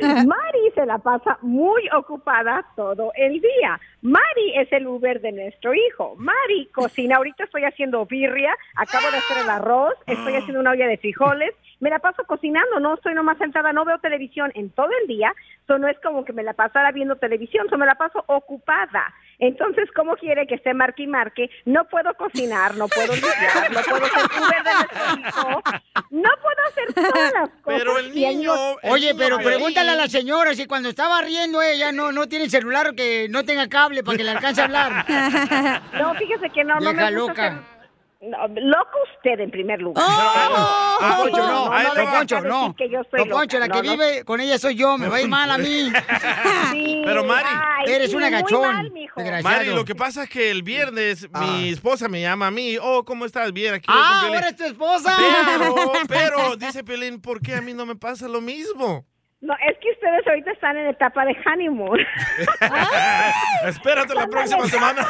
Speaker 20: Mari se la pasa muy ocupada todo el día. Mari es el Uber de nuestro hijo. Mari cocina. Ahorita estoy haciendo birria, acabo de hacer el arroz, estoy haciendo una olla de frijoles. Me la paso cocinando, no estoy nomás sentada, no veo televisión en todo el día.
Speaker 13: So, no es como que me la pasara viendo televisión, so, me la paso ocupada. Entonces, ¿cómo quiere que esté marque y marque? No puedo cocinar, no puedo limpiar, no puedo hacer Uber de nuestro hijo, no puedo hacer todas las cosas.
Speaker 1: Pero
Speaker 13: el niño...
Speaker 1: Oye, pero pregúntale a la señora si cuando estaba riendo ella no, no tiene celular que no tenga cable para que le alcance a hablar.
Speaker 13: No, fíjese que no, no
Speaker 1: Vieja
Speaker 13: me gusta
Speaker 1: loca.
Speaker 13: hacer- No, loco usted en primer lugar.
Speaker 1: ¡Oh! Don Poncho, no,
Speaker 13: No, no
Speaker 1: Don
Speaker 13: vengas a
Speaker 1: Poncho,
Speaker 13: decir
Speaker 1: no.
Speaker 13: que yo soy
Speaker 1: Don Poncho,
Speaker 13: loca.
Speaker 1: la que
Speaker 13: No, no.
Speaker 1: vive con ella
Speaker 8: Ah,
Speaker 1: soy yo, me va a ir mal a mí.
Speaker 13: Sí,
Speaker 8: Pero, Mari,
Speaker 13: ay,
Speaker 1: eres
Speaker 13: sí,
Speaker 1: una
Speaker 13: muy
Speaker 1: gachón.
Speaker 13: mal, mijo.
Speaker 8: Mari, lo que pasa es que el viernes mi esposa me llama a mí. Oh, ¿cómo estás? Bien, aquí. voy con
Speaker 1: ¡Ah,
Speaker 8: Piolín".
Speaker 1: ahora es tu esposa!
Speaker 8: Pero, pero, dice Pelín, ¿por qué a mí no me pasa lo mismo?
Speaker 13: No, es que ustedes ahorita están en etapa de honeymoon.
Speaker 8: Espérate la próxima semana.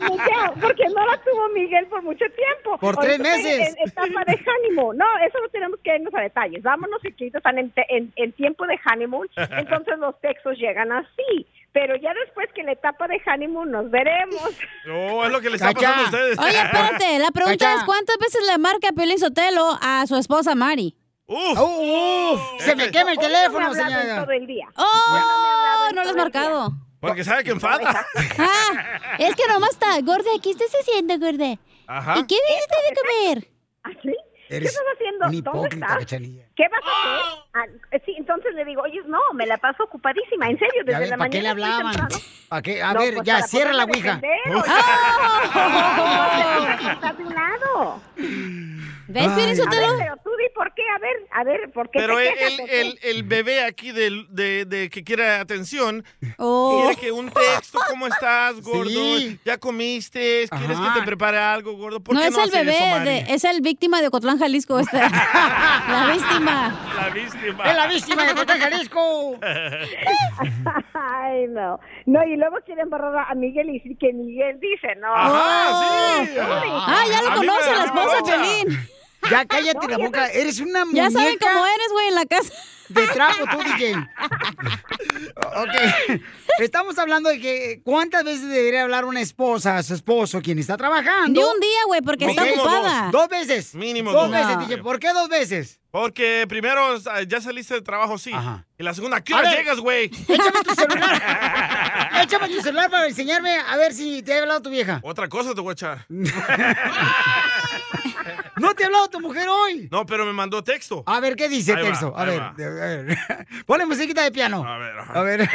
Speaker 13: Michelle, porque no la tuvo Miguel por mucho tiempo.
Speaker 8: Por tres
Speaker 13: Ahorita están
Speaker 8: meses.
Speaker 13: En etapa de honeymoon. No, eso no tenemos que irnos a detalles. Vámonos y que ahorita están en, te- en- en tiempo de honeymoon, entonces los textos llegan así. Pero ya después que en la etapa de honeymoon nos veremos.
Speaker 8: No, es lo que le está pasando a ustedes.
Speaker 4: Oye, espérate, la pregunta es ¿cuántas veces le marca Piolín Sotelo a su esposa Mari?
Speaker 8: ¡Uf!
Speaker 1: Se me quema el
Speaker 13: Hoy no me
Speaker 1: teléfono,
Speaker 13: hablaron
Speaker 1: señora.
Speaker 13: todo el día.
Speaker 4: ¡Oh! No lo has marcado.
Speaker 8: Porque sabe que enfada.
Speaker 4: Ah, es que nomás está, gorda, ¿qué estás haciendo, gorda?
Speaker 8: Ajá.
Speaker 4: ¿Y qué viniste de comer?
Speaker 13: ¿Ah, ¿Qué estás haciendo? ¿Dónde estás? ¿Qué vas a hacer? Ah, sí, entonces le digo, oye, no, me la paso ocupadísima, en serio,
Speaker 1: Ya
Speaker 13: desde
Speaker 1: ves,
Speaker 13: la
Speaker 1: ¿para qué le
Speaker 13: mañana. estoy
Speaker 1: hablaban?
Speaker 13: temprano.
Speaker 1: ¿Para qué? A
Speaker 13: No,
Speaker 1: ver,
Speaker 13: pues
Speaker 1: ya,
Speaker 13: para
Speaker 1: cierra la
Speaker 13: poderme
Speaker 1: ouija.
Speaker 13: defender, oiga. Está de un lado.
Speaker 8: ¿Ves, Ay. Piolín Sotelo?
Speaker 13: A ver, pero tú di por qué, a ver, a ver, ¿por qué
Speaker 8: Pero
Speaker 13: te
Speaker 8: el,
Speaker 13: quejas?
Speaker 8: el,
Speaker 13: ¿Por qué?
Speaker 8: el- el bebé aquí del- de, de que quiere atención
Speaker 4: Oh.
Speaker 8: quiere que un texto, ¿cómo estás, gordo? ¿Ya comiste? ¿Quieres que te prepare algo, gordo? ¿Por
Speaker 4: No
Speaker 8: qué
Speaker 4: es el
Speaker 8: hacer
Speaker 4: bebé,
Speaker 8: eso, Mari?
Speaker 4: de- es el víctima de Ocotlán, Jalisco. Este. la víctima.
Speaker 8: La víctima.
Speaker 1: ¡Es la víctima de Cotlán, Jalisco!
Speaker 13: Ay, no. No, y luego quieren borrar a Miguel y decir que Miguel dice, no.
Speaker 1: Oh. Ajá, sí.
Speaker 4: Ah, ya lo conoce la esposa, Piolín.
Speaker 1: Ya cállate la boca, eres una muñeca.
Speaker 4: Ya saben cómo eres, güey, en la casa.
Speaker 1: De trapo tú, DJ. ok. Estamos hablando de que cuántas veces debería hablar una esposa a su esposo quien está trabajando.
Speaker 4: Ni un día, güey, porque está
Speaker 1: Ok.
Speaker 4: ocupada.
Speaker 1: Dos veces.
Speaker 8: Mínimo
Speaker 1: Dos
Speaker 8: dos.
Speaker 1: veces,
Speaker 8: No.
Speaker 1: DJ. ¿Por qué dos veces?
Speaker 8: Porque primero ah, ya saliste del trabajo, sí. Y la segunda, ¿a qué
Speaker 1: A
Speaker 8: hora
Speaker 1: ver.
Speaker 8: llegas, güey?
Speaker 1: Échame tu celular. Échame tu celular para enseñarme a ver si te ha hablado tu vieja.
Speaker 8: Otra cosa te voy a echar.
Speaker 1: No te ha hablado tu mujer hoy.
Speaker 8: No, pero me mandó texto.
Speaker 1: A ver, ¿qué dice
Speaker 8: Ahí va,
Speaker 1: texto? a,
Speaker 8: ahí
Speaker 1: ver,
Speaker 8: va.
Speaker 1: de- a ver. Ponle musiquita de piano. A ver, a ver.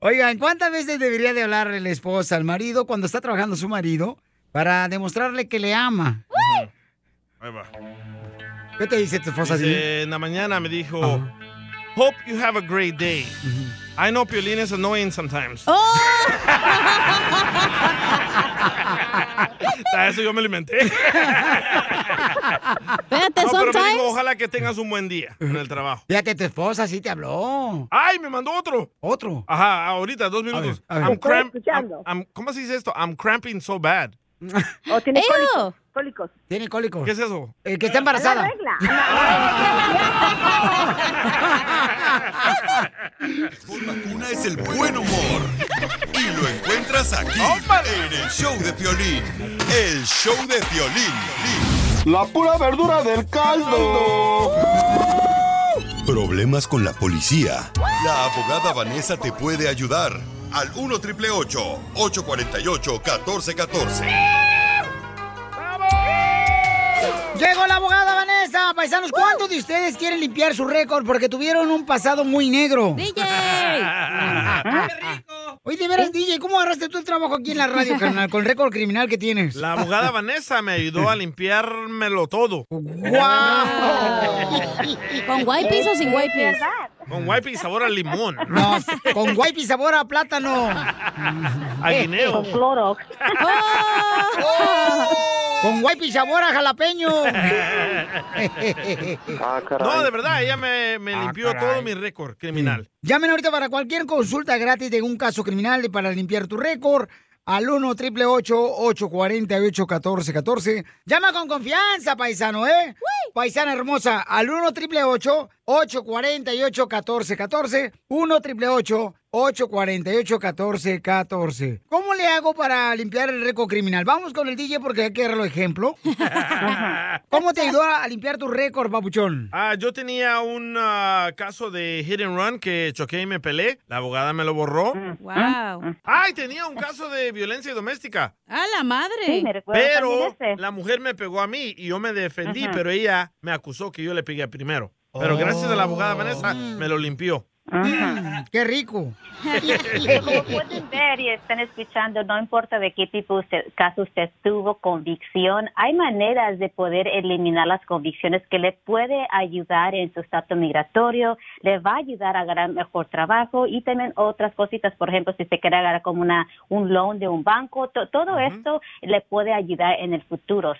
Speaker 1: Oigan, ¿cuántas veces debería de hablar la esposa al marido cuando está trabajando su marido para demostrarle que le ama?
Speaker 8: Ahí va.
Speaker 1: ¿Qué te dice tu esposa?
Speaker 8: Dice,
Speaker 1: Didi?
Speaker 8: en la mañana me dijo, hope you have a great day. I know Piolín is annoying sometimes.
Speaker 2: Oh.
Speaker 13: ¡Oh!
Speaker 8: A Ah, eso yo me alimenté.
Speaker 4: Espérate,
Speaker 8: no, pero me
Speaker 4: sometimes.
Speaker 8: dijo, ojalá que tengas un buen día en el trabajo.
Speaker 1: Fíjate, tu esposa sí te habló.
Speaker 8: ¡Ay, me mandó otro!
Speaker 1: ¿Otro?
Speaker 8: Ajá, ahorita, dos minutos.
Speaker 1: a ver.
Speaker 8: I'm
Speaker 1: Estoy
Speaker 8: cramp- I'm- I'm- ¿Cómo se dice esto? I'm cramping so bad.
Speaker 13: ¿O Oh, tiene
Speaker 4: Ew.
Speaker 13: cólicos? cólicos.
Speaker 1: ¿Tiene cólicos?
Speaker 8: ¿Qué es eso?
Speaker 1: El que está
Speaker 13: La
Speaker 1: embarazada.
Speaker 13: regla. La-
Speaker 6: Una es el buen humor. Y lo encuentras aquí, en el show de Piolín. El show de Piolín.
Speaker 29: La pura verdura del caldo.
Speaker 6: Problemas con la policía. La abogada Vanessa te puede ayudar. Al 1 triple 848 1414.
Speaker 1: Llegó la abogada Vanessa. Paisanos, ¿cuántos de ustedes quieren limpiar su récord porque tuvieron un pasado muy negro?
Speaker 4: DJ.
Speaker 1: Oye, de veras, DJ, ¿cómo agarraste tú el trabajo aquí en la radio, carnal, con el récord criminal que tienes?
Speaker 8: La abogada Vanessa me ayudó a limpiármelo todo.
Speaker 4: ¿Con wipes o sin wipes?
Speaker 8: Con wipe y sabor a limón.
Speaker 1: No, con wipe y sabor a plátano.
Speaker 8: A guineo.
Speaker 1: Eh,
Speaker 8: Con
Speaker 13: Clorox.
Speaker 4: Oh.
Speaker 1: Con wipe y sabor a jalapeño.
Speaker 8: No, de verdad, ¿eh? ella me,
Speaker 1: Ah,
Speaker 8: me limpió todo mi récord criminal.
Speaker 1: Llamen ahorita para cualquier consulta gratis de un caso criminal y para limpiar tu récord al 1 888 848 1414 Llama con confianza, paisano, ¿eh? Paisana hermosa, al 1 888 848 1414 1 888 848-1414. ¿Cómo le hago para limpiar el récord criminal? Vamos con el DJ porque hay que darle ejemplo. ¿Cómo te ayudó a limpiar tu récord, papuchón?
Speaker 8: Ah, yo tenía un ah, caso de hit and run que choqué y me pelé. La abogada me lo borró.
Speaker 4: Wow.
Speaker 8: ¡Ay, tenía un caso de violencia doméstica!
Speaker 4: ¡A la madre!
Speaker 8: Pero la mujer me pegó a mí y yo me defendí,
Speaker 4: Ajá.
Speaker 8: pero ella me acusó que yo le pegué primero. Pero gracias a la abogada Vanessa me lo limpió.
Speaker 1: Oh. Mm, ¡Qué rico!
Speaker 22: Como pueden ver y están escuchando, no importa de qué tipo usted- caso usted tuvo convicción, hay maneras de poder eliminar las convicciones que le puede ayudar en su estatus migratorio, le va a ayudar a ganar mejor trabajo y también otras cositas, por ejemplo, si se quiere agarrar como una, un loan de un banco, to- todo esto le puede ayudar en el futuro.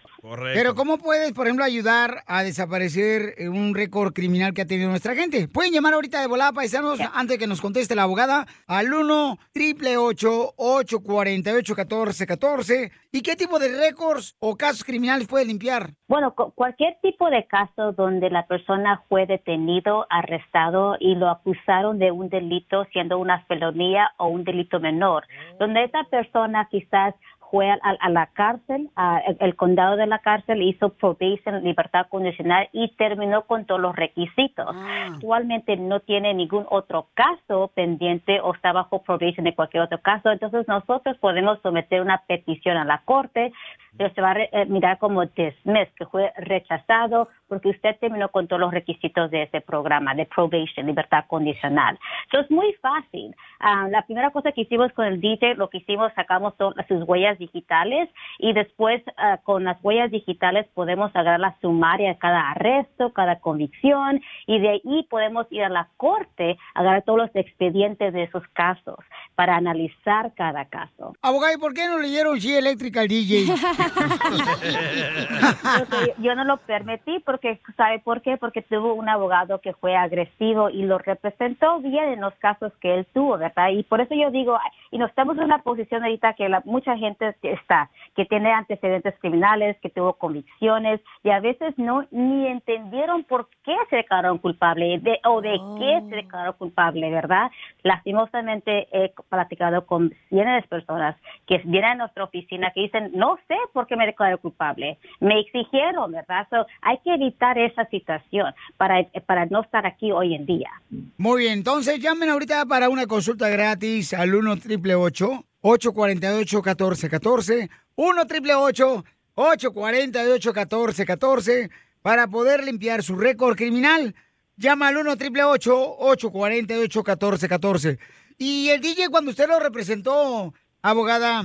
Speaker 1: Pero ¿cómo puedes, por ejemplo, ayudar a desaparecer eh, un récord criminal que ha tenido nuestra gente? Pueden llamar ahorita de volada, paisanos, antes de que nos conteste la abogada, al 1 848 1414 ¿Y qué tipo de récords o casos criminales puedes limpiar?
Speaker 22: Bueno, cu- cualquier tipo de caso donde la persona fue detenido, arrestado y lo acusaron de un delito siendo una felonía o un delito menor, donde esta persona quizás fue a, a la cárcel, a- el, el condado de la cárcel hizo probation, libertad condicional y terminó con todos los requisitos. Actualmente no tiene ningún otro caso pendiente o está bajo probation de cualquier otro caso, entonces nosotros podemos someter una petición a la corte pero se va a re- eh, mirar como dismissed, que fue rechazado porque usted terminó con todos los requisitos de ese programa de probation, libertad condicional. Eso es muy fácil. Ah, la primera cosa que hicimos con el DJ, lo que hicimos, sacamos to- sus huellas digitales y después ah, con las huellas digitales podemos agarrar la sumaria de cada arresto, cada convicción y de ahí podemos ir a la corte, agarrar todos los expedientes de esos casos para analizar cada caso.
Speaker 1: Abogado, ¿y por qué no le dieron G eléctrica al DJ?
Speaker 22: Porque yo no lo permití porque, ¿sabe por qué? Porque tuvo un abogado que fue agresivo y lo representó bien en los casos que él tuvo, ¿verdad? Y por eso yo digo, y nos estamos en una posición ahorita que la- mucha gente que está, que tiene antecedentes criminales, que tuvo convicciones y a veces no ni entendieron por qué se declararon culpable de, o de qué se declaró culpable, ¿verdad? Lastimosamente he platicado con cientos de personas que vienen a nuestra oficina que dicen, no sé por qué me declaré culpable. Me exigieron, ¿verdad? So, hay que evitar esa situación para, para no estar aquí hoy en día.
Speaker 1: Muy bien, entonces llamen ahorita para una consulta gratis al 1 triple 848 1414 1 triple 848 1414 para poder limpiar su récord criminal. Llama al 1 triple 848 1414 Y el DJ cuando usted lo representó, abogada,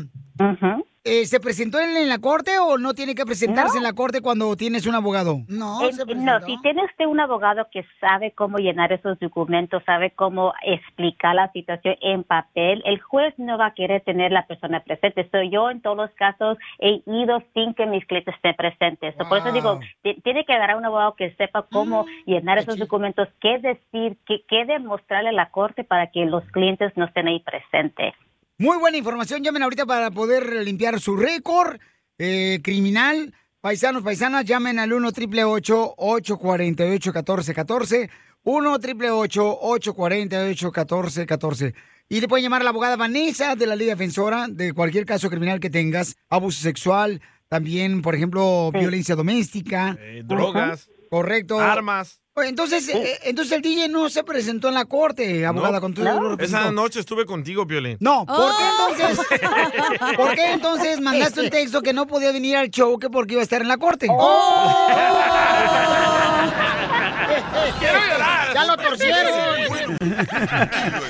Speaker 1: eh, ¿se presentó en, en la corte o no tiene que presentarse
Speaker 22: No.
Speaker 1: en la corte cuando tienes un abogado?
Speaker 22: Eh, eh, no, si tiene usted un abogado que sabe cómo llenar esos documentos, sabe cómo explicar la situación en papel, el juez no va a querer tener la persona presente. Soy yo en todos los casos he ido sin que mis clientes estén presentes. So, Por eso digo, ti- tiene que agarrar un abogado que sepa cómo llenar esos documentos, Mm, qué decir, qué, qué demostrarle a la corte para que los clientes no estén ahí presentes.
Speaker 1: Muy buena información. Llamen ahorita para poder limpiar su récord eh, criminal. Paisanos, paisanas, llamen al 1 888 848 1414 1 888 848 1414 Y le pueden llamar a la abogada Vanessa de la Liga Defensora de cualquier caso criminal que tengas, abuso sexual, también, por ejemplo, violencia doméstica.
Speaker 8: Eh, drogas.
Speaker 1: Ajá. Correcto.
Speaker 8: Armas. Uh.
Speaker 1: Entonces, eh, entonces el DJ no se presentó en la corte, abogada, con todo lo que
Speaker 8: Esa
Speaker 1: presentó.
Speaker 8: noche estuve contigo, Piolín.
Speaker 1: No, ¿por qué entonces? ¿Por qué entonces mandaste un texto que no podía venir al show que porque iba a estar en la corte?
Speaker 2: Oh. ¡Quiero
Speaker 1: llorar! ¡Ya lo torcieron!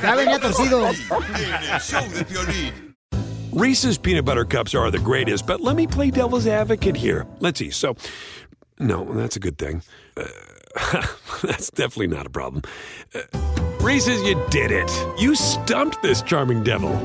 Speaker 1: Ya venía torcido.
Speaker 6: En el show de Piolín.
Speaker 27: Reese's peanut butter cups are the greatest, but let me play devil's advocate here. Let's see. So, no, that's a good thing. Uh, that's definitely not a problem. Uh, Reese's, you did it. You stumped this charming devil.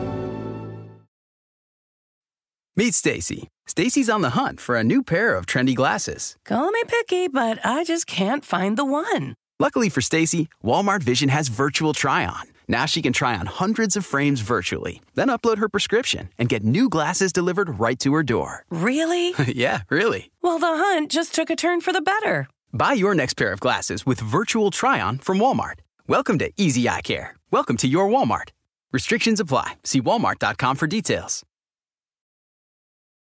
Speaker 16: Meet Stacy. Stacy's on the hunt for a new pair of trendy glasses.
Speaker 17: Call me picky, but I just can't find the one.
Speaker 16: Luckily for Stacy, Walmart Vision has virtual try on. Now she can try on hundreds of frames virtually, then upload her prescription and get new glasses delivered right to her door.
Speaker 17: Really?
Speaker 16: yeah, really.
Speaker 17: Well, the hunt just took a turn for the better.
Speaker 16: Buy your next pair of glasses with virtual try on from Walmart. Welcome to Easy Eye Care. Welcome to your Walmart. Restrictions apply. See walmart.com for details.